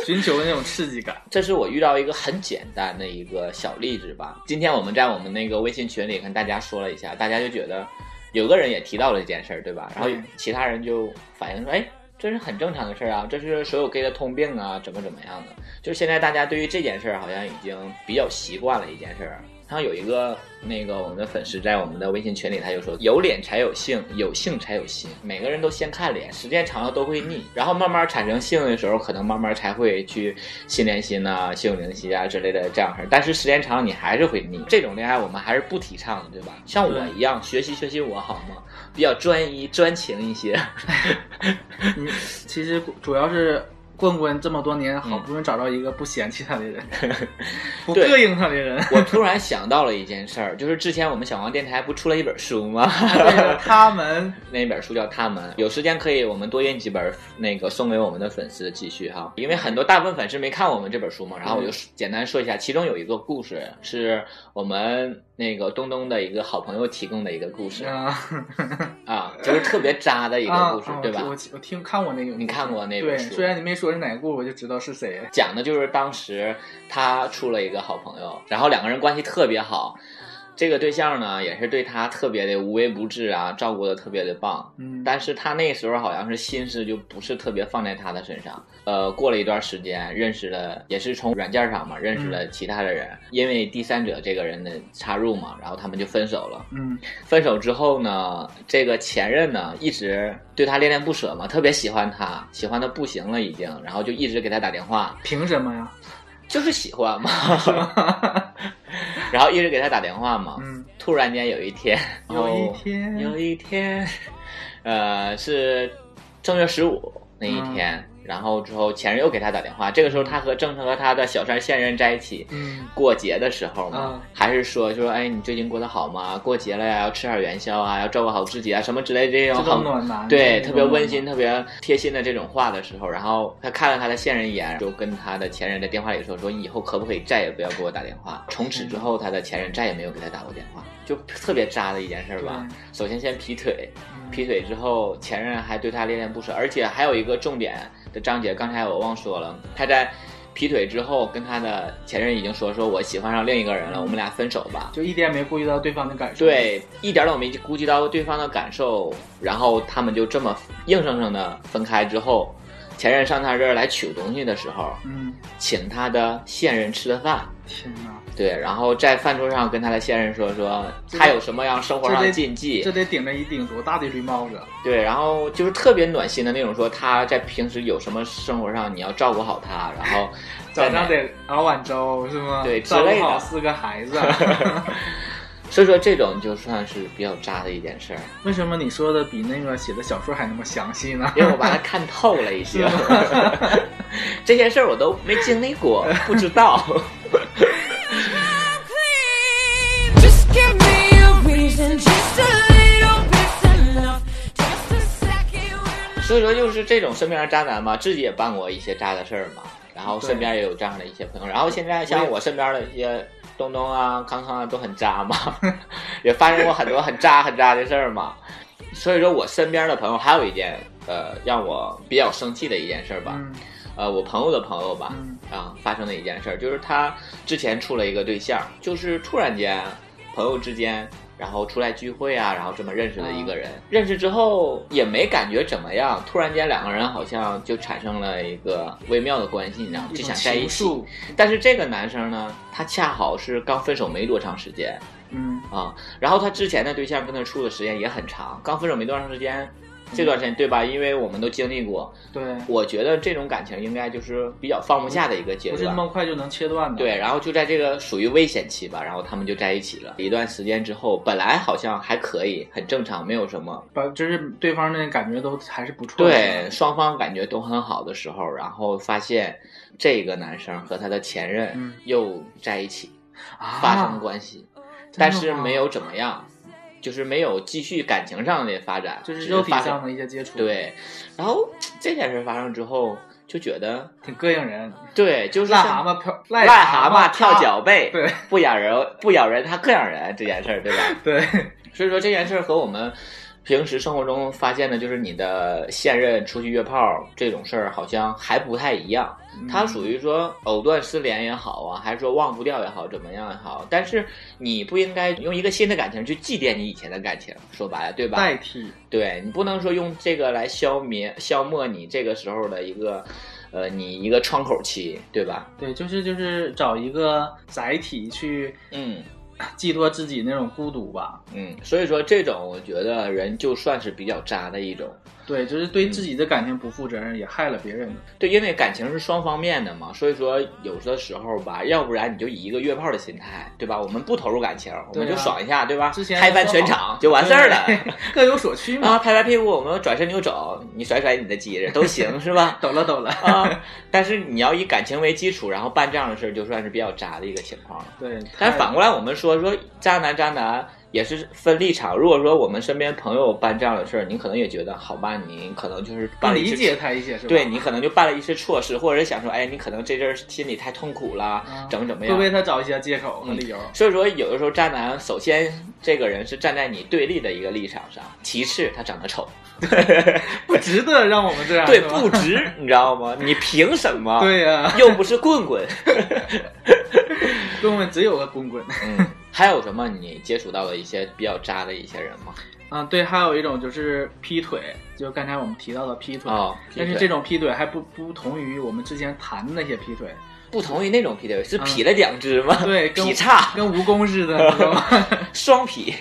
[SPEAKER 3] 寻求那种刺激感。
[SPEAKER 1] 这是我遇到一个很简单的一个小例子吧。今天我们在我们那个微信群里跟大家说了一下，大家就觉得有个人也提到了这件事儿，对吧？然后
[SPEAKER 3] 对
[SPEAKER 1] 其他人就反映说，哎，这是很正常的事儿啊，这是所有 gay 的通病啊，怎么怎么样的。就是现在大家对于这件事儿好像已经比较习惯了一件事儿。然后有一个那个我们的粉丝在我们的微信群里，他就说：“有脸才有性，有性才有心。每个人都先看脸，时间长了都会腻，然后慢慢产生性的时候，可能慢慢才会去心连心呐、性灵犀啊之类的这样事儿。但是时间长了你还是会腻。这种恋爱我们还是不提倡的，对吧？像我
[SPEAKER 3] 对
[SPEAKER 1] 一样学习学习我好吗？比较专一专情一些。
[SPEAKER 3] 你其实主要是棍棍这么多年好
[SPEAKER 1] 嗯
[SPEAKER 3] 不容易找到一个不嫌弃他的人，不
[SPEAKER 1] 对
[SPEAKER 3] 膈应他的人。
[SPEAKER 1] 我突然想到了一件事儿，就是之前我们小王电台不出了一本书吗？
[SPEAKER 3] 这个他 们
[SPEAKER 1] 那本书叫《他们》，有时间可以我们多印几本，那个送给我们的粉丝继续哈。因为很多大部分粉丝没看我们这本书嘛，然后我就简单说一下，其中有一个故事是我们那个东东的一个好朋友提供的一个故事
[SPEAKER 3] 啊，
[SPEAKER 1] 啊，就是特别渣的一个故事
[SPEAKER 3] 啊，
[SPEAKER 1] 对
[SPEAKER 3] 我
[SPEAKER 1] 吧
[SPEAKER 3] 我？我听看过那个故事，
[SPEAKER 1] 你看过那
[SPEAKER 3] 对，
[SPEAKER 1] 本书
[SPEAKER 3] 虽？然你没说是哪个故事，我就知道是谁。
[SPEAKER 1] 讲的就是当时他处了一个好朋友，然后两个人关系特别好，这个对象呢也是对他特别的无微不至啊，照顾的特别的棒。
[SPEAKER 3] 嗯，
[SPEAKER 1] 但是他那时候好像是心思就不是特别放在他的身上。呃，过了一段时间，认识了，也是从软件上嘛认识了其他的人，因为第三者这个人的插入嘛，然后他们就分手了。
[SPEAKER 3] 嗯
[SPEAKER 1] 分手之后呢，这个前任呢一直对他恋恋不舍嘛，特别喜欢他，喜欢的不行了已经，然后就一直给他打电话，
[SPEAKER 3] 凭什么呀？
[SPEAKER 1] 就是喜欢嘛，然后一直给他打电话嘛。
[SPEAKER 3] 嗯，
[SPEAKER 1] 突然间有一天， 哦
[SPEAKER 3] 有一天
[SPEAKER 1] 有一天， 呃，是正月十五那一
[SPEAKER 3] 嗯
[SPEAKER 1] 天，然后之后前任又给他打电话，这个时候他和正和他的小三现任在一起。
[SPEAKER 3] 嗯
[SPEAKER 1] 过节的时候嘛，
[SPEAKER 3] 嗯
[SPEAKER 1] 还是说就说，哎，你最近过得好吗？过节了呀，要吃点元宵啊，要照顾好自己啊，什么之类这
[SPEAKER 3] 这
[SPEAKER 1] 种
[SPEAKER 3] 种
[SPEAKER 1] 很
[SPEAKER 3] 暖男，
[SPEAKER 1] 对
[SPEAKER 3] 这
[SPEAKER 1] 特
[SPEAKER 3] 种
[SPEAKER 1] 别
[SPEAKER 3] 暖
[SPEAKER 1] 温
[SPEAKER 3] 男
[SPEAKER 1] 馨、。特别贴心的这种话的时候，然后他看了他的现任一眼，就跟他的前任在电话里说，说你以后可不可以再也不要给我打电话？从此之后，他的前任再也没有给他打过电话，就特别渣的一件事儿吧。首先先劈腿，
[SPEAKER 3] 嗯
[SPEAKER 1] 劈腿之后，前任还对他恋恋不舍，而且还有一个重点的章节，刚才我忘说了，他在劈腿之后跟他的前任已经说，说我喜欢上另一个人了，我们俩分手吧。
[SPEAKER 3] 就一点没顾及到对方的感受。，
[SPEAKER 1] 对，一点儿都没顾及到对方的感受，然后他们就这么硬生生的分开之后，前任上他这儿来取东西的时候，
[SPEAKER 3] 嗯，
[SPEAKER 1] 请他的现任吃的饭，
[SPEAKER 3] 天哪，
[SPEAKER 1] 对，然后在饭桌上跟他的现任说说他有什么样生活上的禁忌
[SPEAKER 3] 这，得顶着一顶多大的绿帽子啊！
[SPEAKER 1] 对，然后就是特别暖心的那种，说他在平时有什么生活上你要照顾好他，然后
[SPEAKER 3] 早
[SPEAKER 1] 在哪
[SPEAKER 3] 上得熬晚粥是吗？
[SPEAKER 1] 对之
[SPEAKER 3] 照
[SPEAKER 1] 类
[SPEAKER 3] 顾
[SPEAKER 1] 的
[SPEAKER 3] 好四个孩 子。啊
[SPEAKER 1] 所以说这种就算是比较渣的一件事儿，
[SPEAKER 3] 为什么你说的比那个写的小说还那么详 细呢？
[SPEAKER 1] 因为我把它看透了一些， 这些事儿我都没经历过，不知道。
[SPEAKER 2] Just give me a reason, just a little bit's enough. Just a second when
[SPEAKER 1] 所以说就是这种身边的渣男嘛，自己也办过一些渣的事儿嘛，然后身边也有这样的一些朋友，然后现在像我身边的一些东东啊、康康啊都很渣 嘛，也发生过很多很渣很渣的事儿嘛。所以说我身边的朋友还有一件呃让我比较生气的一件事儿吧，
[SPEAKER 3] 嗯
[SPEAKER 1] 呃，我朋友的朋友吧，
[SPEAKER 3] 嗯
[SPEAKER 1] 啊，发生的一件事儿，就是他之前处了一个对象，就是突然间朋友之间，然后出来聚会啊，然后这么认识的一个
[SPEAKER 3] 啊
[SPEAKER 1] 人，认识之后也没感觉怎么样，突然间两个人好像就产生了一个微妙的关系，你知道吗？
[SPEAKER 3] 一
[SPEAKER 1] 就
[SPEAKER 3] 种
[SPEAKER 1] 想在一
[SPEAKER 3] 情
[SPEAKER 1] 起。
[SPEAKER 3] 愫。
[SPEAKER 1] 但是这个男生呢，他恰好是刚分手没多长时间
[SPEAKER 3] 嗯，
[SPEAKER 1] 啊，然后他之前的对象跟他处的时间也很长，刚分手没多长时间，这段时间对吧？因为我们都经历过，
[SPEAKER 3] 对，
[SPEAKER 1] 我觉得这种感情应该就是比较放不下的一个阶
[SPEAKER 3] 不是那
[SPEAKER 1] 段。
[SPEAKER 3] 么快就能切断的。
[SPEAKER 1] 对，然后就在这个属于危险期吧，然后他们就在一起了。一段时间之后，本来好像还可以，很正常，没有什么。
[SPEAKER 3] 把就是对方的感觉都还是不错的。
[SPEAKER 1] 对，双方感觉都很好的时候，然后发现这个男生和他的前任
[SPEAKER 3] 嗯
[SPEAKER 1] 又在一起，
[SPEAKER 3] 啊，
[SPEAKER 1] 发生关系，但是
[SPEAKER 3] 吗
[SPEAKER 1] 没有怎么样，就是没有继续感情上的发展，
[SPEAKER 3] 就
[SPEAKER 1] 只
[SPEAKER 3] 是
[SPEAKER 1] 是
[SPEAKER 3] 肉体
[SPEAKER 1] 发生
[SPEAKER 3] 上的一些接触，，
[SPEAKER 1] 对。然后这件事发生之后，就觉得
[SPEAKER 3] 挺膈应人。
[SPEAKER 1] 对，就是
[SPEAKER 3] 癞
[SPEAKER 1] 像
[SPEAKER 3] 蛤蟆飘，
[SPEAKER 1] 癞
[SPEAKER 3] 癞
[SPEAKER 1] 蛤蟆
[SPEAKER 3] 蟆
[SPEAKER 1] 跳，脚背，
[SPEAKER 3] 对
[SPEAKER 1] 不咬人不咬人，它更咬人这件事儿，对吧？
[SPEAKER 3] 对，
[SPEAKER 1] 所以说这件事儿和我们平时生活中发现的，就是你的现任出去约炮这种事儿，好像还不太一样。它属于说藕断丝连也好啊，还是说忘不掉也好，怎么样也好，但是你不应该用一个新的感情去祭奠你以前的感情，说白了，对吧？
[SPEAKER 3] 代替，
[SPEAKER 1] 对你不能说用这个来消灭消磨你这个时候的一个，呃，你一个窗口期，对吧？
[SPEAKER 3] 对，就是就是找一个载体去
[SPEAKER 1] 嗯，
[SPEAKER 3] 寄托自己那种孤独吧。
[SPEAKER 1] 嗯，所以说这种我觉得人就算是比较渣的一种，
[SPEAKER 3] 对，就是对自己的感情不负责任，也害了别人。
[SPEAKER 1] 对，因为感情是双方面的嘛，所以说有的时候吧，要不然你就以一个约炮的心态，对吧？我们不投入感情，我们
[SPEAKER 3] 对
[SPEAKER 1] 就
[SPEAKER 3] 啊
[SPEAKER 1] 爽一下，对吧？
[SPEAKER 3] 之前
[SPEAKER 1] 嗨翻全场就完事儿了。
[SPEAKER 3] 对， 各有所需
[SPEAKER 1] 啊，
[SPEAKER 3] 嘛。
[SPEAKER 1] 拍拍屁股，我们转身就走，你甩甩你的鸡子都 行，是吧？
[SPEAKER 3] 抖了抖了，
[SPEAKER 1] 啊，但是你要以感情为基础，然后办这样的事儿，就算是比较渣的一个情况了。
[SPEAKER 3] 对，
[SPEAKER 1] 但是反过来，我们说说渣男渣男也是分立场。如果说我们身边朋友办这样的事儿，你可能也觉得好吧，你可能就是
[SPEAKER 3] 不
[SPEAKER 1] 办了一
[SPEAKER 3] 理
[SPEAKER 1] 次
[SPEAKER 3] 解他一些是吧？
[SPEAKER 1] 对你可能就办了一些错事，或者是想说，哎，你可能这阵儿心里太痛苦了，
[SPEAKER 3] 啊
[SPEAKER 1] 怎么怎么
[SPEAKER 3] 会
[SPEAKER 1] 样。
[SPEAKER 3] 为他找一些借口和
[SPEAKER 1] 嗯
[SPEAKER 3] 理由。
[SPEAKER 1] 所以说，有的时候渣男，首先这个人是站在你对立的一个立场上，其次他长得丑，
[SPEAKER 3] 不值得让我们这样，
[SPEAKER 1] 对，
[SPEAKER 3] 啊是吧
[SPEAKER 1] 不值，你知道吗？你凭什么？
[SPEAKER 3] 对呀、
[SPEAKER 1] 又不是棍棍。
[SPEAKER 3] 棍棍只有个滚滚。
[SPEAKER 1] 嗯，还有什么你接触到的一些比较渣的一些人吗？
[SPEAKER 3] 啊，对，还有一种就是劈腿，就刚才我们提到的劈腿。
[SPEAKER 1] 哦，
[SPEAKER 3] 但是
[SPEAKER 1] 劈腿
[SPEAKER 3] 这种劈腿还不不同于我们之前谈的那些劈腿，
[SPEAKER 1] 不同于那种劈腿，是劈了两只吗？
[SPEAKER 3] 嗯对， 跟
[SPEAKER 1] 劈叉，
[SPEAKER 3] 跟蜈蚣似的，你知道吗？
[SPEAKER 1] 双 劈。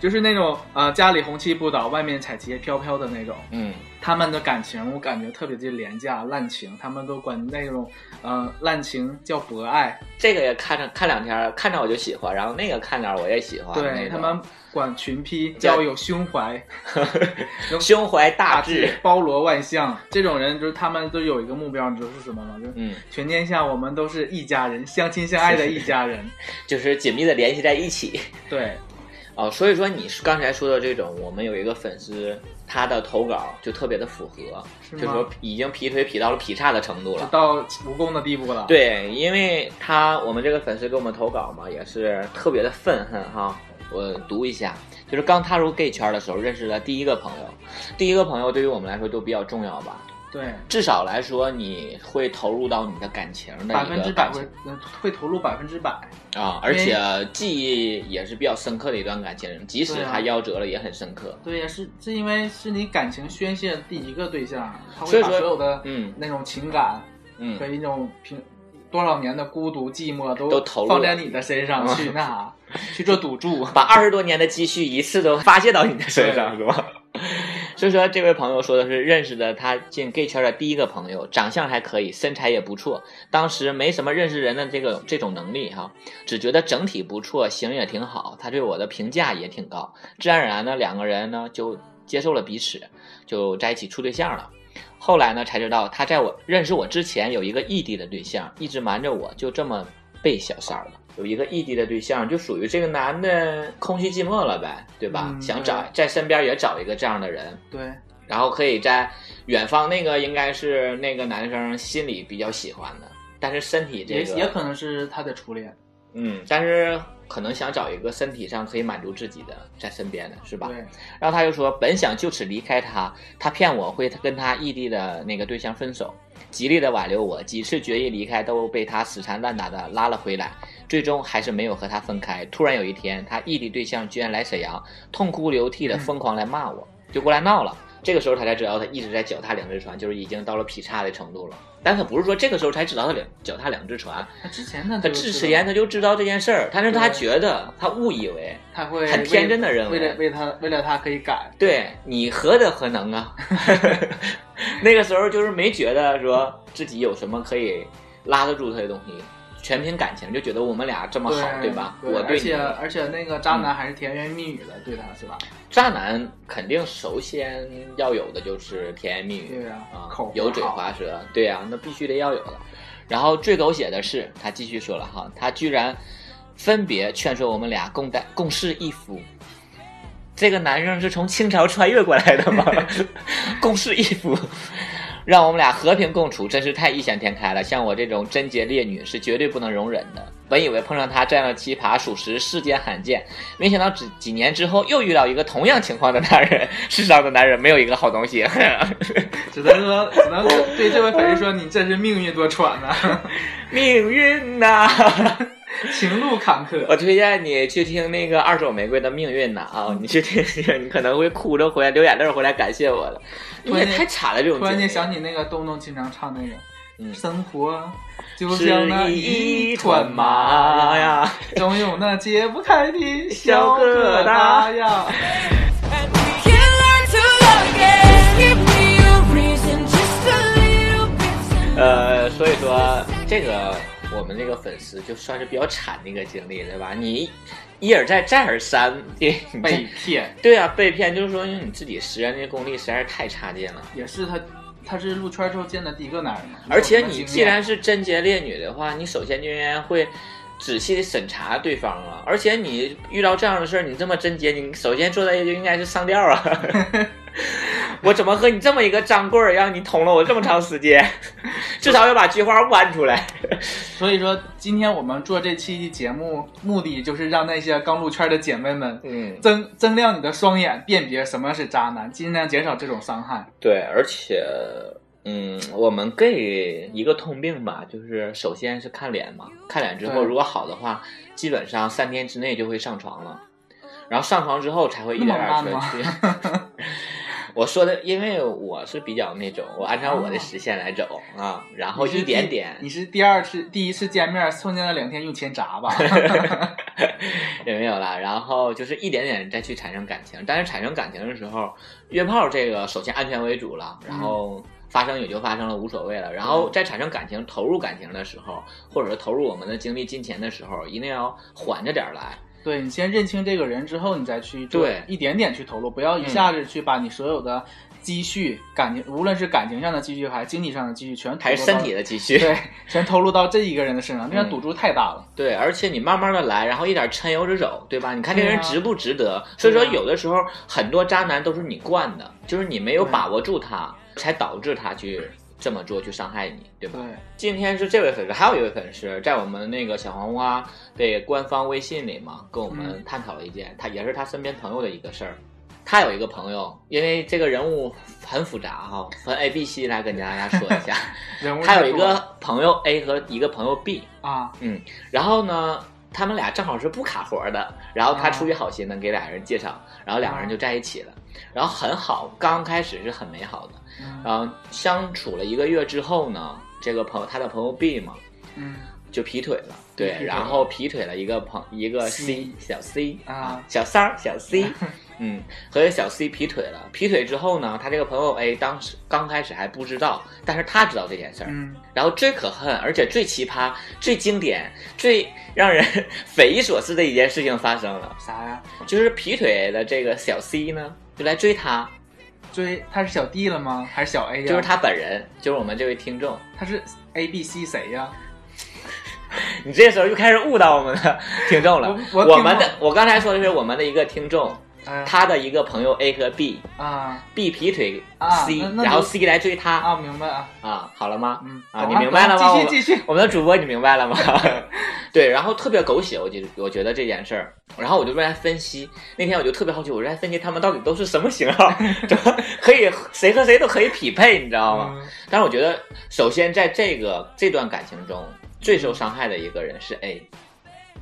[SPEAKER 3] 就是那种啊、呃家里红旗不倒，外面彩旗飘飘的那种。
[SPEAKER 1] 嗯，
[SPEAKER 3] 他们的感情我感觉特别的廉价、滥情，他们都管那种呃滥情叫博爱，
[SPEAKER 1] 这个也看着看两天，看着我就喜欢，然后那个看着我也喜欢。
[SPEAKER 3] 对
[SPEAKER 1] 那种
[SPEAKER 3] 他们管群批叫有胸怀，
[SPEAKER 1] 胸怀大
[SPEAKER 3] 大
[SPEAKER 1] 志
[SPEAKER 3] 志。包罗万象。这种人就是他们都有一个目标，你知道是什么吗？就是
[SPEAKER 1] 嗯，
[SPEAKER 3] 全天下我们都是一家人，相亲相爱的一 家人。
[SPEAKER 1] 就是紧密的联系在一起。
[SPEAKER 3] 对，
[SPEAKER 1] 哦，所以说你是刚才说的这种，我们有一个粉丝，他的投稿就特别的符合，
[SPEAKER 3] 是
[SPEAKER 1] 就
[SPEAKER 3] 吗
[SPEAKER 1] 说已经劈腿劈到了劈叉的程度
[SPEAKER 3] 就
[SPEAKER 1] 了。
[SPEAKER 3] 到蜈蚣的地步了。，
[SPEAKER 1] 对，因为他我们这个粉丝给我们投稿嘛，也是特别的愤恨哈。我读一下，就是刚踏入 gay 圈的时候认识的第一个朋友，第一个朋友对于我们来说都比较重要吧，
[SPEAKER 3] 对，
[SPEAKER 1] 至少来说你会投入到你的感情的
[SPEAKER 3] 百
[SPEAKER 1] 一
[SPEAKER 3] 分之
[SPEAKER 1] 个
[SPEAKER 3] 百
[SPEAKER 1] 感
[SPEAKER 3] 会
[SPEAKER 1] 情
[SPEAKER 3] 呃会投入百分之百。
[SPEAKER 1] 啊，而且记忆也是比较深刻的一段感情，即使
[SPEAKER 3] 对啊
[SPEAKER 1] 它夭折了也很深刻。
[SPEAKER 3] 对呀，是是因为是你感情宣泄的第一个对象，他
[SPEAKER 1] 所
[SPEAKER 3] 会
[SPEAKER 1] 以
[SPEAKER 3] 把
[SPEAKER 1] 说
[SPEAKER 3] 所有的
[SPEAKER 1] 嗯
[SPEAKER 3] 那种情感
[SPEAKER 1] 嗯
[SPEAKER 3] 和，一种平多少年的孤独寂寞都
[SPEAKER 1] 都投入
[SPEAKER 3] 放
[SPEAKER 1] 了嗯
[SPEAKER 3] 在你的身上去那啥去做赌 注。
[SPEAKER 1] 把二十多年的积蓄一次都发泄到你的身上，是吧？ 所以说，这位朋友说的是认识的他进 gay 圈的第一个朋友，长相还可以，身材也不错。当时没什么认识人的这个这种能力哈，只觉得整体不错，型也挺好，他对我的评价也挺高。自然而然呢，两个人呢就接受了彼此，就在一起处对象了。后来呢，才知道他在我认识我之前有一个异地的对象，一直瞒着我，就这么被小三儿了。有一个异地的对象，就属于这个男的空虚寂寞了呗，对吧？
[SPEAKER 3] 嗯
[SPEAKER 1] 想找在身边也找一个这样的人，
[SPEAKER 3] 对，
[SPEAKER 1] 然后可以在远方那个应该是那个男生心里比较喜欢的，但是身体这
[SPEAKER 3] 也
[SPEAKER 1] 个
[SPEAKER 3] 也可能是他的初恋。
[SPEAKER 1] 嗯，但是可能想找一个身体上可以满足自己的，在身边的是吧？
[SPEAKER 3] 对，
[SPEAKER 1] 然后他就说，本想就此离开他，他骗我会跟他异地的那个对象分手，极力的挽留我，几次决意离开都被他死缠烂打的拉了回来，最终还是没有和他分开。突然有一天，他异地对象居然来沈阳，痛哭流涕的疯狂来骂我，就过来闹了。这个时候他才知道，他一直在脚踏两只船，就是已经到了劈叉的程度了。但他不是说这个时候才知道他两脚踏两只船，
[SPEAKER 3] 他之前他
[SPEAKER 1] 他之前他就知道这件事儿，但是他
[SPEAKER 3] 对
[SPEAKER 1] 觉得他误以为，
[SPEAKER 3] 他会
[SPEAKER 1] 很天真地认为
[SPEAKER 3] 为了为他为了他可以改，
[SPEAKER 1] 对你何德何能啊？ 那个时候就是没觉得说自己有什么可以拉得住他的东西，全凭感情，就觉得我们俩这么好，
[SPEAKER 3] 对
[SPEAKER 1] 吧？
[SPEAKER 3] 对
[SPEAKER 1] 我
[SPEAKER 3] 而
[SPEAKER 1] 对你嗯
[SPEAKER 3] 且，而且那个渣男还是甜言蜜语的对他是吧？
[SPEAKER 1] 渣男肯定首先要有的就是甜言蜜语，
[SPEAKER 3] 对啊
[SPEAKER 1] 啊，
[SPEAKER 3] 口
[SPEAKER 1] 油嘴
[SPEAKER 3] 好
[SPEAKER 1] 滑舌，对啊，那必须得要有的。然后最狗血的是，他继续说了哈，他居然分别劝说我们俩共戴共侍一夫。这个男生是从清朝穿越过来的 吗？共侍一夫，让我们俩和平共处，真是太异想天开了。像我这种贞洁烈女是绝对不能容忍的。本以为碰上他这样的奇葩，属实世间罕见，没想到只几年之后又遇到一个同样情况的男人。世上的男人没有一个好东西。
[SPEAKER 3] 只能说，只能对这位粉丝说，你真是命运多舛呐、
[SPEAKER 1] 命运呐、
[SPEAKER 3] 情路坎坷。
[SPEAKER 1] 我推荐你去听那个二手玫瑰的《命运》呐啊，你去听听，你可能会哭着回来，流眼泪儿回来感谢我的。你
[SPEAKER 3] 突然
[SPEAKER 1] 也
[SPEAKER 3] 间
[SPEAKER 1] 太惨了，这种
[SPEAKER 3] 突然
[SPEAKER 1] 经历
[SPEAKER 3] 间想起那个东东经常唱那个
[SPEAKER 1] 嗯
[SPEAKER 3] 生活就像那
[SPEAKER 1] 是
[SPEAKER 3] 一
[SPEAKER 1] 一
[SPEAKER 3] 团
[SPEAKER 1] 团
[SPEAKER 3] 麻
[SPEAKER 1] 麻
[SPEAKER 3] 呀，
[SPEAKER 1] 呀。
[SPEAKER 3] 总有那解不开的小疙 瘩呀。
[SPEAKER 2] And we can learn to love again. Give me a reason, just a little bit. to-
[SPEAKER 1] 呃，所以说这个我们这个粉丝就算是比较惨的一个经历，对吧？你一而再，再而三的
[SPEAKER 3] 被骗
[SPEAKER 1] 对啊被骗，就是说因为你自己实践这功力实在是太差劲了。
[SPEAKER 3] 也是他，他是入圈之后见的第一个男人嘛。
[SPEAKER 1] 而且你
[SPEAKER 3] 有什么经验
[SPEAKER 1] 既然是贞洁烈女的话，你首先就应该会仔细的审查对方啊。而且你遇到这样的事儿，你这么贞洁，你首先做的就应该是上吊 啊。我怎么和你这么一个脏棍儿，让你捅了我这么长时间？ 至少要把菊花剜出来。
[SPEAKER 3] 所以说，今天我们做这期节目，目的就是让那些刚入圈的姐妹们
[SPEAKER 1] 嗯，
[SPEAKER 3] 增增亮你的双眼，辨别什么是渣男，尽量减少这种伤害。
[SPEAKER 1] 对，而且。嗯，我们 gay 一个通病吧，就是首先是看脸嘛，看脸之后
[SPEAKER 3] 对
[SPEAKER 1] 如果好的话，基本上三天之内就会上床了，然后上床之后才会一点点
[SPEAKER 3] 那么慢
[SPEAKER 1] 说
[SPEAKER 3] 吗
[SPEAKER 1] 去。 我说的，因为我是比较那种，我按照我的时限来走啊，然后一点
[SPEAKER 3] 你
[SPEAKER 1] 点，
[SPEAKER 3] 是第二次、第一次见面，剩下的两天用钱砸吧。
[SPEAKER 1] 也没有啦，然后就是一点点再去产生感情，但是产生感情的时候，约炮这个首先安全为主了，
[SPEAKER 3] 嗯
[SPEAKER 1] 然后发生也就发生了，无所谓了。然后在产生感情、投入感情的时候，或者是投入我们的精力、金钱的时候，一定要缓着点儿来。
[SPEAKER 3] 对你先认清这个人之后，你再去做
[SPEAKER 1] 对嗯
[SPEAKER 3] 一点点去投入，不要一下子去把你所有的积蓄、感情，无论是感情上的积蓄还是经济上的积蓄，全投入
[SPEAKER 1] 还
[SPEAKER 3] 到
[SPEAKER 1] 是身体的积蓄，
[SPEAKER 3] 对，全投入到这一个人的身上，这
[SPEAKER 1] 嗯
[SPEAKER 3] 样赌注太大了。
[SPEAKER 1] 对，而且你慢慢的来，然后一点抻油着走，对吧？你看这
[SPEAKER 3] 对
[SPEAKER 1] 个
[SPEAKER 3] 啊
[SPEAKER 1] 人值不值得？所以说，
[SPEAKER 3] 对啊
[SPEAKER 1] 有的时候很多渣男都是你惯的，就是你没有
[SPEAKER 3] 对
[SPEAKER 1] 把握住他，才导致他去这么做，去伤害你，对吧？
[SPEAKER 3] 对，
[SPEAKER 1] 今天是这位粉丝，还有一位粉丝在我们那个小黄瓜的官方微信里嘛，跟我们探讨了一件，他也是他身边朋友的一个事儿。他有一个朋友，因为这个人物很复杂哈、分 A、B、C 来跟大家说一下。
[SPEAKER 3] 人物
[SPEAKER 1] 他有一
[SPEAKER 3] 太 多了
[SPEAKER 1] 个朋友 A 和一个朋友 B，
[SPEAKER 3] 啊，
[SPEAKER 1] 然后呢，他们俩正好是不卡活的，然后他
[SPEAKER 3] 啊
[SPEAKER 1] 出于好心呢，给俩人介绍，然后两个人就在一起了，然后很好，刚开始是很美好的，
[SPEAKER 3] 嗯
[SPEAKER 1] 然后相处了一个月之后呢，这个朋友他的朋友 B 嘛
[SPEAKER 3] 嗯
[SPEAKER 1] 就劈腿了，
[SPEAKER 3] 劈
[SPEAKER 1] 对
[SPEAKER 3] 腿，了
[SPEAKER 1] 然后劈腿了一个朋一个
[SPEAKER 3] C
[SPEAKER 1] C 小 C
[SPEAKER 3] 啊，
[SPEAKER 1] 小三儿小 C，嗯，和小 C 劈腿了，劈腿之后呢，他这个朋友 A 当时刚开始还不知道，但是他知道这件事儿，
[SPEAKER 3] 嗯，
[SPEAKER 1] 然后最可恨，而且最奇葩、最经典、最让人匪夷所思的一件事情发生了，
[SPEAKER 3] 啥呀？
[SPEAKER 1] 就是劈腿的这个小 C 呢，就来追他，
[SPEAKER 3] 追他是小 D 了吗？还是小 A 呀？
[SPEAKER 1] 就是，他本人，就是我们这位听众。
[SPEAKER 3] 他是 A B C 谁呀？
[SPEAKER 1] 你这时候就开始误导我们的听众了。
[SPEAKER 3] 我我听
[SPEAKER 1] 们的
[SPEAKER 3] 懂
[SPEAKER 1] 我刚才说的是我们的一个听众，
[SPEAKER 3] 哎
[SPEAKER 1] 他的一个朋友 A 和 B，B
[SPEAKER 3] 啊
[SPEAKER 1] 劈腿
[SPEAKER 3] 啊
[SPEAKER 1] C，、
[SPEAKER 3] 那那
[SPEAKER 1] 然后
[SPEAKER 3] 就
[SPEAKER 1] C 来追他啊
[SPEAKER 3] 啊，明白啊，
[SPEAKER 1] 好了吗？
[SPEAKER 3] 嗯
[SPEAKER 1] 啊，
[SPEAKER 3] 懂
[SPEAKER 1] 你明白了吗？
[SPEAKER 3] 懂
[SPEAKER 1] 我
[SPEAKER 3] 继续继续，
[SPEAKER 1] 我们的主播，你明白了 吗？对，然后特别狗血，我觉得我觉得这件事儿，然后我就在分析。那天我就特别好奇，我在分析他们到底都是什么型 号，怎么可以谁和谁都可以匹配，你知道吗？
[SPEAKER 3] 嗯
[SPEAKER 1] 但是我觉得，首先在这个这段感情中，最受伤害的一个人是 A，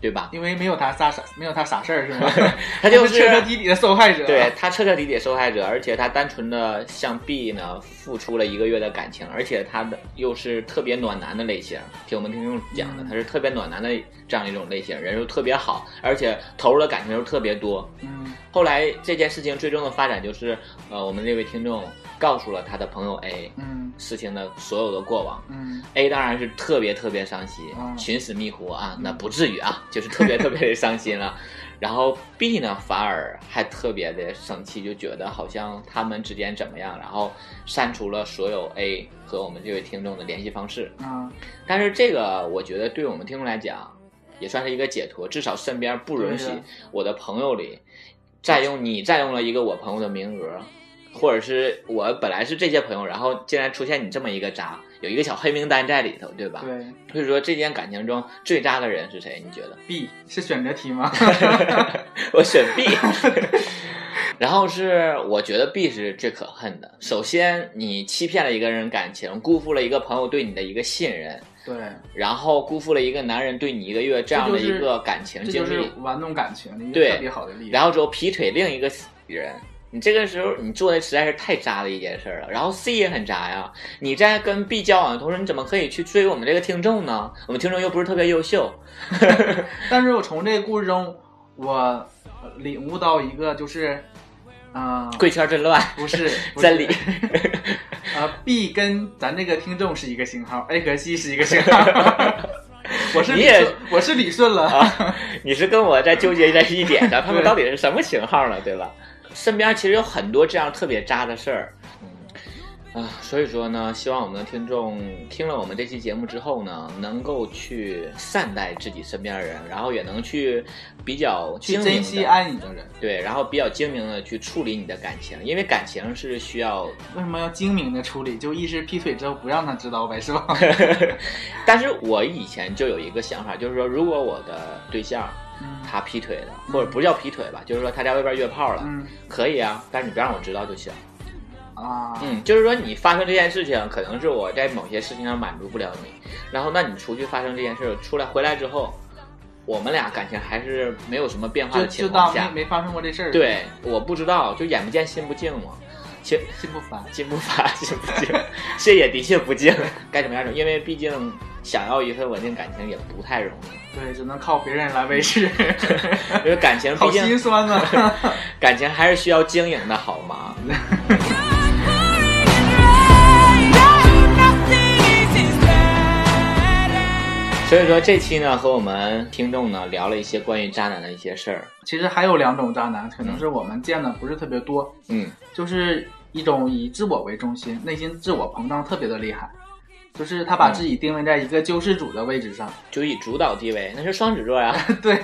[SPEAKER 1] 对吧？
[SPEAKER 3] 因为没有他啥啥，没有他啥事儿是吗？
[SPEAKER 1] 他 就
[SPEAKER 3] 彻彻底底的受害者。
[SPEAKER 1] 对他彻彻底底受害者，而且他单纯的向 B 呢付出了一个月的感情，而且他的又是特别暖男的类型，听我们听众讲的，
[SPEAKER 3] 嗯
[SPEAKER 1] 他是特别暖男的这样一种类型，人又特别好，而且投入的感情又特别多。
[SPEAKER 3] 嗯，
[SPEAKER 1] 后来这件事情最终的发展就是，呃，我们这位听众告诉了他的朋友 A
[SPEAKER 3] 嗯
[SPEAKER 1] 事情的所有的过往。
[SPEAKER 3] 嗯
[SPEAKER 1] A 当然是特别特别伤心
[SPEAKER 3] 嗯，
[SPEAKER 1] 寻死觅活啊，那不至于啊， 就是特别特别的伤心了。 然后 B 呢，反而还特别的生气，就觉得好像他们之间怎么样，然后删除了所有 A 和我们这位听众的联系方式。
[SPEAKER 3] 啊，
[SPEAKER 1] 但是这个我觉得对我们听众来讲，也算是一个解脱，至少身边不允许
[SPEAKER 3] 对的
[SPEAKER 1] 我的朋友里占用你占用了一个我朋友的名额，或者是我本来是这些朋友，然后竟然出现你这么一个渣，有一个小黑名单在里头，对吧？
[SPEAKER 3] 对
[SPEAKER 1] 所以说这件感情中最渣的人是谁？你觉得？
[SPEAKER 3] ，B 是选择题吗？
[SPEAKER 1] 我选 B。然后是我觉得 B 是最可恨的。首先，你欺骗了一个人感情，辜负了一个朋友对你的一个信任，
[SPEAKER 3] 对，
[SPEAKER 1] 然后辜负了一个男人对你一个月这样的一个感情
[SPEAKER 3] 这
[SPEAKER 1] 经
[SPEAKER 3] 就
[SPEAKER 1] 历，
[SPEAKER 3] 是玩弄感情的一个
[SPEAKER 1] 对
[SPEAKER 3] 特别好的例子。
[SPEAKER 1] 然后之后劈腿另一个人，你这个时候你做的实在是太渣的一件事儿了。然后 C 也很渣呀，你在跟 B 交往的同时，你怎么可以去追我们这个听众呢？我们听众又不是特别优秀，
[SPEAKER 3] 但是我从这个故事中，我领悟到一个就是，啊、
[SPEAKER 1] 贵圈真乱，
[SPEAKER 3] 不 是不是
[SPEAKER 1] 真理。
[SPEAKER 3] 啊、b 跟咱这个听众是一个型号，A 和 C 是一个型 号。我是
[SPEAKER 1] 你
[SPEAKER 3] 理
[SPEAKER 1] 也
[SPEAKER 3] 顺，我是理顺了。
[SPEAKER 1] 啊，你是跟我在纠结在一点上，他们到底是什么型号了，对吧？身边其实有很多这样特别渣的事儿，嗯啊，所以说呢，希望我们的听众听了我们这期节目之后呢，能够去善待自己身边的人，然后也能去比较
[SPEAKER 3] 去
[SPEAKER 1] 精明
[SPEAKER 3] 珍
[SPEAKER 1] 地
[SPEAKER 3] 惜爱你的人，
[SPEAKER 1] 对，然后比较精明的去处理你的感情，因为感情是需 要
[SPEAKER 3] 为什么要精明的处理？就一时劈腿之后不让他知道呗，是吧？
[SPEAKER 1] 但是我以前就有一个想法，就是说，如果我的对象
[SPEAKER 3] 嗯
[SPEAKER 1] 他劈腿了，或者不叫劈腿吧，就是说他在外边约炮了，
[SPEAKER 3] 嗯
[SPEAKER 1] 可以啊，但是你不让我知道就行。
[SPEAKER 3] 啊，
[SPEAKER 1] 嗯，就是说你发生这件事情，可能是我在某些事情上满足不了你，然后那你出去发生这件事，出来回来之后，我们俩感情还是没有什么变化
[SPEAKER 3] 就
[SPEAKER 1] 的
[SPEAKER 3] 就
[SPEAKER 1] 情
[SPEAKER 3] 当
[SPEAKER 1] 况
[SPEAKER 3] 没
[SPEAKER 1] 下，
[SPEAKER 3] 没发生过这事儿，，
[SPEAKER 1] 对，我不知道，就眼不见心不静嘛。其实
[SPEAKER 3] 心不烦。
[SPEAKER 1] 心不烦，心不静， 这也的确不静，该怎么样怎么样，因为毕竟想要一份稳定感情也不太容 易，
[SPEAKER 3] 对，只能靠别人来维持，
[SPEAKER 1] 嗯因为感情
[SPEAKER 3] 好
[SPEAKER 1] 毕
[SPEAKER 3] 心
[SPEAKER 1] 竟
[SPEAKER 3] 酸呐、
[SPEAKER 1] 感情还是需要经营的好吗？所以说这期呢，和我们听众呢聊了一些关于渣男的一些事儿，
[SPEAKER 3] 其实还有两种渣男，可能是我们见的不是特别多，
[SPEAKER 1] 嗯，
[SPEAKER 3] 就是一种以自我为中心，内心自我膨胀特别的厉害，就是他把
[SPEAKER 1] 嗯
[SPEAKER 3] 自己定位在一个救世主的位置上。
[SPEAKER 1] 就以主导地位，那是双子座哎呀、
[SPEAKER 3] 对，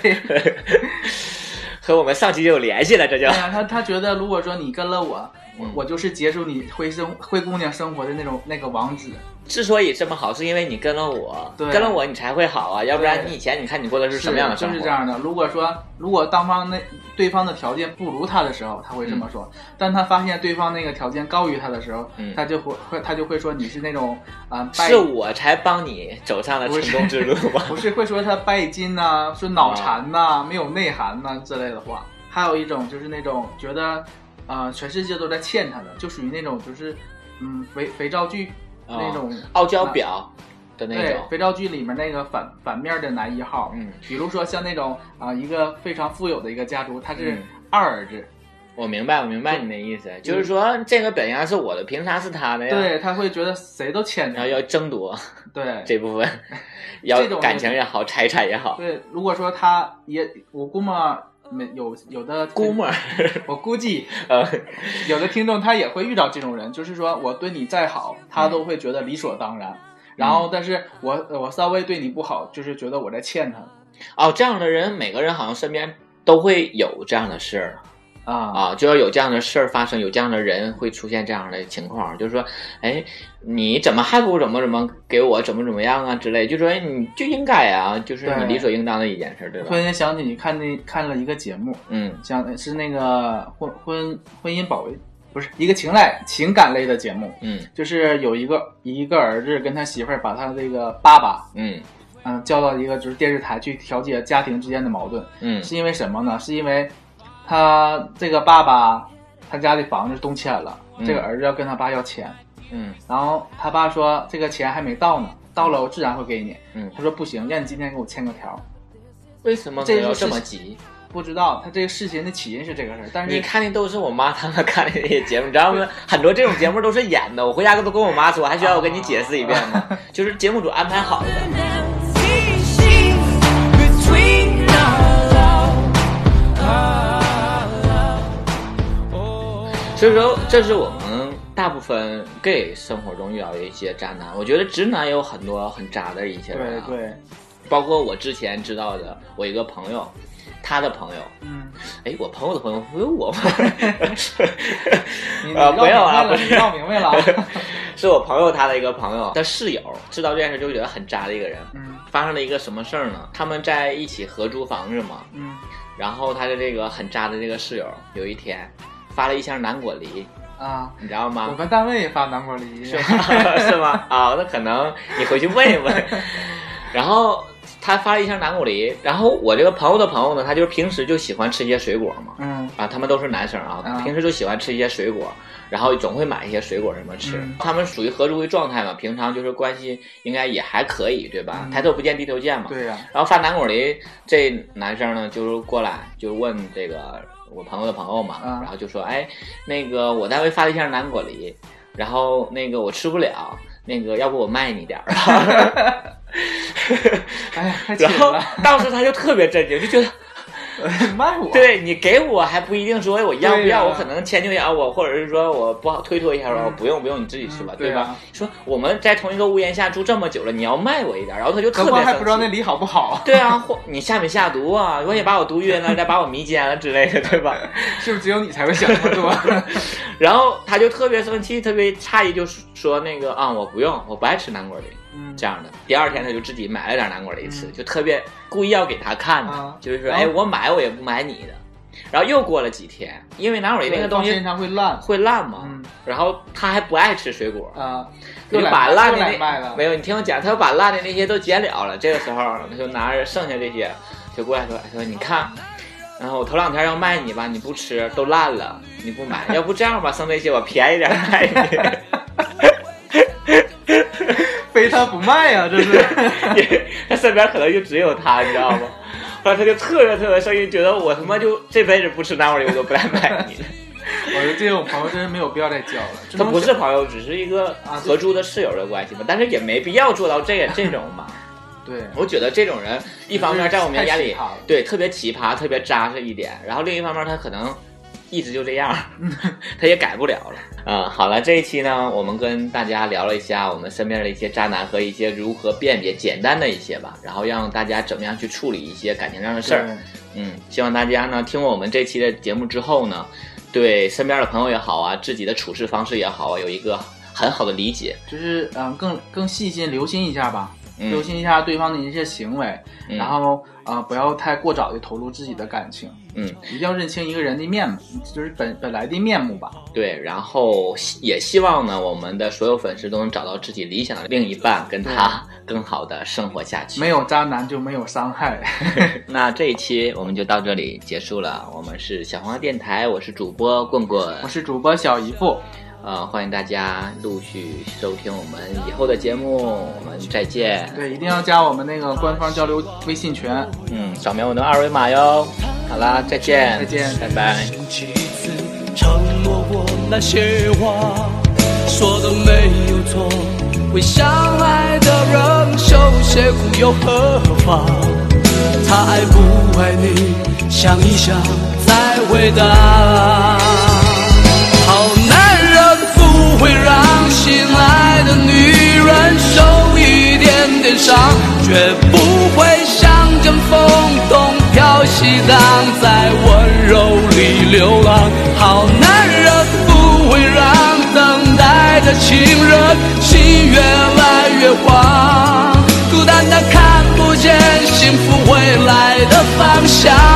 [SPEAKER 1] 和我们上期就有联系了，这就
[SPEAKER 3] 哎呀，他他觉得如果说你跟了我，
[SPEAKER 1] 嗯
[SPEAKER 3] 我就是结束你灰生灰姑娘生活的那种那个王子。
[SPEAKER 1] 之所以这么好，是因为你跟了我，
[SPEAKER 3] 对啊
[SPEAKER 1] 跟了我你才会好啊，要不然
[SPEAKER 3] 对
[SPEAKER 1] 你以前你看你过的是什么样的生
[SPEAKER 3] 就
[SPEAKER 1] 活？
[SPEAKER 3] 是这样的。如果说如果当方那对方的条件不如他的时候，他会这么说；但他发现对方那个条件高于他的时候，
[SPEAKER 1] 嗯
[SPEAKER 3] 他就会会他就会说你是那种啊、呃拜
[SPEAKER 1] 是我才帮你走上了成功之路吗？
[SPEAKER 3] 不是 会说他拜金呐、说
[SPEAKER 1] 啊
[SPEAKER 3] 脑残呐、没有内涵呐、之类的话。还有一种就是那种觉得，呃，全世界都在欠他的，就属于那种就是，嗯，肥肥皂剧、
[SPEAKER 1] 哦
[SPEAKER 3] 那种
[SPEAKER 1] 傲娇婊的那
[SPEAKER 3] 对
[SPEAKER 1] 种，
[SPEAKER 3] 肥皂剧里面那个反反面的男一号，
[SPEAKER 1] 嗯，
[SPEAKER 3] 比如说像那种啊、一个非常富有的一个家族，他是
[SPEAKER 1] 嗯
[SPEAKER 3] 二儿子，
[SPEAKER 1] 我明白，我明白你的意思，就是说这个本应该是我的，凭啥是他的哎呀？，
[SPEAKER 3] 嗯对他会觉得谁都欠
[SPEAKER 1] 然
[SPEAKER 3] 他
[SPEAKER 1] 后，要争夺
[SPEAKER 3] 对
[SPEAKER 1] 这部 分，要
[SPEAKER 3] 种
[SPEAKER 1] 感情也好，财产也好，
[SPEAKER 3] 对。如果说他也，我估摸没有有的
[SPEAKER 1] 估，摸儿，
[SPEAKER 3] 我估计
[SPEAKER 1] 呃，
[SPEAKER 3] 有的听众他也会遇到这种人，就是说我对你再好，他
[SPEAKER 1] 嗯
[SPEAKER 3] 都会觉得理所当然。然后，但是我我稍微对你不好，就是觉得我在欠他
[SPEAKER 1] 哦，这样的人，每个人好像身边都会有这样的事儿，
[SPEAKER 3] 啊
[SPEAKER 1] 啊，就要有这样的事儿发生，有这样的人会出现这样的情况，就是说，哎，你怎么还不怎么怎么给我怎么怎么样啊之类，就说你就应该啊，就是
[SPEAKER 3] 对
[SPEAKER 1] 你理所应当的一件事，对
[SPEAKER 3] 突
[SPEAKER 1] 吧？
[SPEAKER 3] 然间想起看那看了一个节目，
[SPEAKER 1] 嗯
[SPEAKER 3] 讲的是那个婚婚婚姻保卫，不是一个情爱情感类的节目，
[SPEAKER 1] 嗯
[SPEAKER 3] 就是有一个一个儿子跟他媳妇儿把他这个爸爸，
[SPEAKER 1] 嗯
[SPEAKER 3] 嗯、叫到一个就是电视台去调解家庭之间的矛盾，
[SPEAKER 1] 嗯
[SPEAKER 3] 是因为什么呢？是因为他这个爸爸他家的房子动迁了，
[SPEAKER 1] 嗯
[SPEAKER 3] 这个儿子要跟他爸要钱，
[SPEAKER 1] 嗯
[SPEAKER 3] 然后他爸说这个钱还没到呢，到了我自然会给你。
[SPEAKER 1] 嗯，
[SPEAKER 3] 他说不行，让你今天给我签个条。
[SPEAKER 1] 为什么
[SPEAKER 3] 这
[SPEAKER 1] 没有
[SPEAKER 3] 就是
[SPEAKER 1] 这么急？
[SPEAKER 3] 不知道他这个事情的起因是这个事儿，但是
[SPEAKER 1] 你看的都是我妈他们看的那些节目，你知道吗？很多这种节目都是演的，我回家都跟我妈说，还需要我跟你解释一遍吗？
[SPEAKER 3] 哦
[SPEAKER 1] 就是节目组安排好的。所以说，这是我们大部分 gay 生活中遇到的一些渣男。我觉得直男也有很多很渣的一些人、
[SPEAKER 3] 对
[SPEAKER 1] 啊，，
[SPEAKER 3] 对，
[SPEAKER 1] 包括我之前知道的，我一个朋友，他的朋友，
[SPEAKER 3] 嗯，
[SPEAKER 1] 哎，我朋友的朋友不是我吗？
[SPEAKER 3] 你你
[SPEAKER 1] 啊，
[SPEAKER 3] 闹
[SPEAKER 1] 不
[SPEAKER 3] 明
[SPEAKER 1] 要啊，
[SPEAKER 3] 白
[SPEAKER 1] 不
[SPEAKER 3] 了，
[SPEAKER 1] 是
[SPEAKER 3] 你闹明白了啊，
[SPEAKER 1] 是我朋友他的一个朋友的室友，知道这件事就觉得很渣的一个人。
[SPEAKER 3] 嗯
[SPEAKER 1] 发生了一个什么事儿呢？他们在一起合租房子嘛，
[SPEAKER 3] 嗯，
[SPEAKER 1] 然后他的这个很渣的这个室友，有一天发了一箱南果梨，
[SPEAKER 3] 啊，
[SPEAKER 1] 你知道吗？
[SPEAKER 3] 我们单位也发南瓜梨，
[SPEAKER 1] 是吗？是吗？啊，那可能你回去问一问。然后他发了一箱南骨梨，然后我这个朋友的朋友呢，他就是平时就喜欢吃一些水果嘛，
[SPEAKER 3] 嗯
[SPEAKER 1] 啊，他们都是男生
[SPEAKER 3] 啊
[SPEAKER 1] 啊，平时就喜欢吃一些水果，然后总会买一些水果什么吃。
[SPEAKER 3] 嗯
[SPEAKER 1] 他们属于合租的状态嘛，平常就是关系应该也还可以，对吧？抬头不见低头见嘛。
[SPEAKER 3] 嗯对呀、
[SPEAKER 1] 然后发南果梨，这男生呢就是过来就问这个我朋友的朋友嘛，
[SPEAKER 3] 嗯
[SPEAKER 1] 然后就说，哎，那个我单位发了一箱南果梨，然后那个我吃不了，那个要不我卖你点儿 吧。
[SPEAKER 3] 哎呀，太
[SPEAKER 1] 然
[SPEAKER 3] 浅
[SPEAKER 1] 后
[SPEAKER 3] 了，
[SPEAKER 1] 当时他就特别震惊，就觉得
[SPEAKER 3] 骂我，
[SPEAKER 1] 对你给我还不一定说我要不
[SPEAKER 3] 对呀
[SPEAKER 1] 要，我可能迁就一下我，或者是说我不好推脱一下说、
[SPEAKER 3] 嗯
[SPEAKER 1] 不用不用你自己吃吧，
[SPEAKER 3] 嗯对呀
[SPEAKER 1] 吧？说我们在同一个屋檐下住这么久了，你要卖我一点儿，然后他就特
[SPEAKER 3] 何
[SPEAKER 1] 别
[SPEAKER 3] 况还
[SPEAKER 1] 生
[SPEAKER 3] 不知道
[SPEAKER 1] 气
[SPEAKER 3] 那梨好不好，
[SPEAKER 1] 对啊，或你下没下毒啊？万一把我毒晕 了，再把我迷奸了之类的，对吧？
[SPEAKER 3] 是不是只有你才会想那 么多？
[SPEAKER 1] 然后他就特别生气，特别诧异，就说那个啊，我不用，我不爱吃南果梨
[SPEAKER 3] 嗯
[SPEAKER 1] 这样的。第二天他就自己买了点南果梨吃，就特别故意要给他看的，
[SPEAKER 3] 啊
[SPEAKER 1] 就是说，
[SPEAKER 3] 然后
[SPEAKER 1] 哎，我买我也不买你的。然后又过了几天，因为南果梨那个东
[SPEAKER 3] 放
[SPEAKER 1] 西
[SPEAKER 3] 身上会烂
[SPEAKER 1] 会烂嘛，
[SPEAKER 3] 嗯
[SPEAKER 1] 然后他还不爱吃水果，
[SPEAKER 3] 啊，
[SPEAKER 1] 就
[SPEAKER 3] 又来
[SPEAKER 1] 把烂的
[SPEAKER 3] 又来卖
[SPEAKER 1] 那
[SPEAKER 3] 了
[SPEAKER 1] 没，有，你听我讲，他把烂的那些都捡了了。这个时候，他就拿着剩下这些，就过来说：“说你看，然后我头两天要卖你吧，你不吃，都烂了，你不买，要不这样吧，剩这些我便宜点卖 你。
[SPEAKER 3] 非他不卖 呀、这是
[SPEAKER 1] 因为他身边可能就只有他，你知道吗？后来他就特别特别生气，觉得我他妈就这辈子不吃南瓜梨，我都不带买你的。
[SPEAKER 3] 我觉得这种朋友真是没有必要再交了，这
[SPEAKER 1] 他
[SPEAKER 3] 啊种
[SPEAKER 1] 不是朋友，只是一个合租的室友的关系嘛，但是也没必要做到这这种嘛。
[SPEAKER 3] 对，
[SPEAKER 1] 我觉得这种人，一方面在我们眼
[SPEAKER 3] 太奇
[SPEAKER 1] 里
[SPEAKER 3] 葩了，
[SPEAKER 1] 对特别奇葩、特别扎实一点，然后另一方面他可能一直就这样， 他也改不了了。嗯，好了，这一期呢，我们跟大家聊了一下我们身边的一些渣男和一些如何辨别简单的一些吧，然后让大家怎么样去处理一些感情上的事儿。嗯，希望大家呢听过我们这期的节目之后呢，对身边的朋友也好啊，自己的处事方式也好啊，有一个很好的理解。
[SPEAKER 3] 就是嗯，更更细心留心一下吧，
[SPEAKER 1] 嗯
[SPEAKER 3] 留心一下对方的一些行为，
[SPEAKER 1] 嗯
[SPEAKER 3] 然后啊、呃不要太过早的投入自己的感情，
[SPEAKER 1] 嗯。
[SPEAKER 3] 一定要认清一个人的面目，就是本本来的面目吧。
[SPEAKER 1] 对，然后希也希望呢，我们的所有粉丝都能找到自己理想的另一半，跟他 更好的生活下去。
[SPEAKER 3] 没有渣男就没有伤害。
[SPEAKER 1] 那这一期我们就到这里结束了。我们是小黄电台，我是主播棍棍
[SPEAKER 3] 我，是主播小姨夫，
[SPEAKER 1] 呃，欢迎大家陆续收听我们以后的节目，我们再见。
[SPEAKER 3] 对，一定要加我们那个官方交流微信群。
[SPEAKER 1] 嗯，扫描我的二维码哟。好啦，再见，
[SPEAKER 3] 再见
[SPEAKER 1] 拜拜。
[SPEAKER 4] 剩几次，承诺我那些话，说的没有错，为相爱的人受些苦又何妨？他爱不爱你，想一想再回答。好男人不会让心爱的女人受一点点伤，绝不会像阵风东飘西荡，在温柔里流浪。好男人不会让等待的情人心越来越慌，孤单的看不见幸福未来的方向。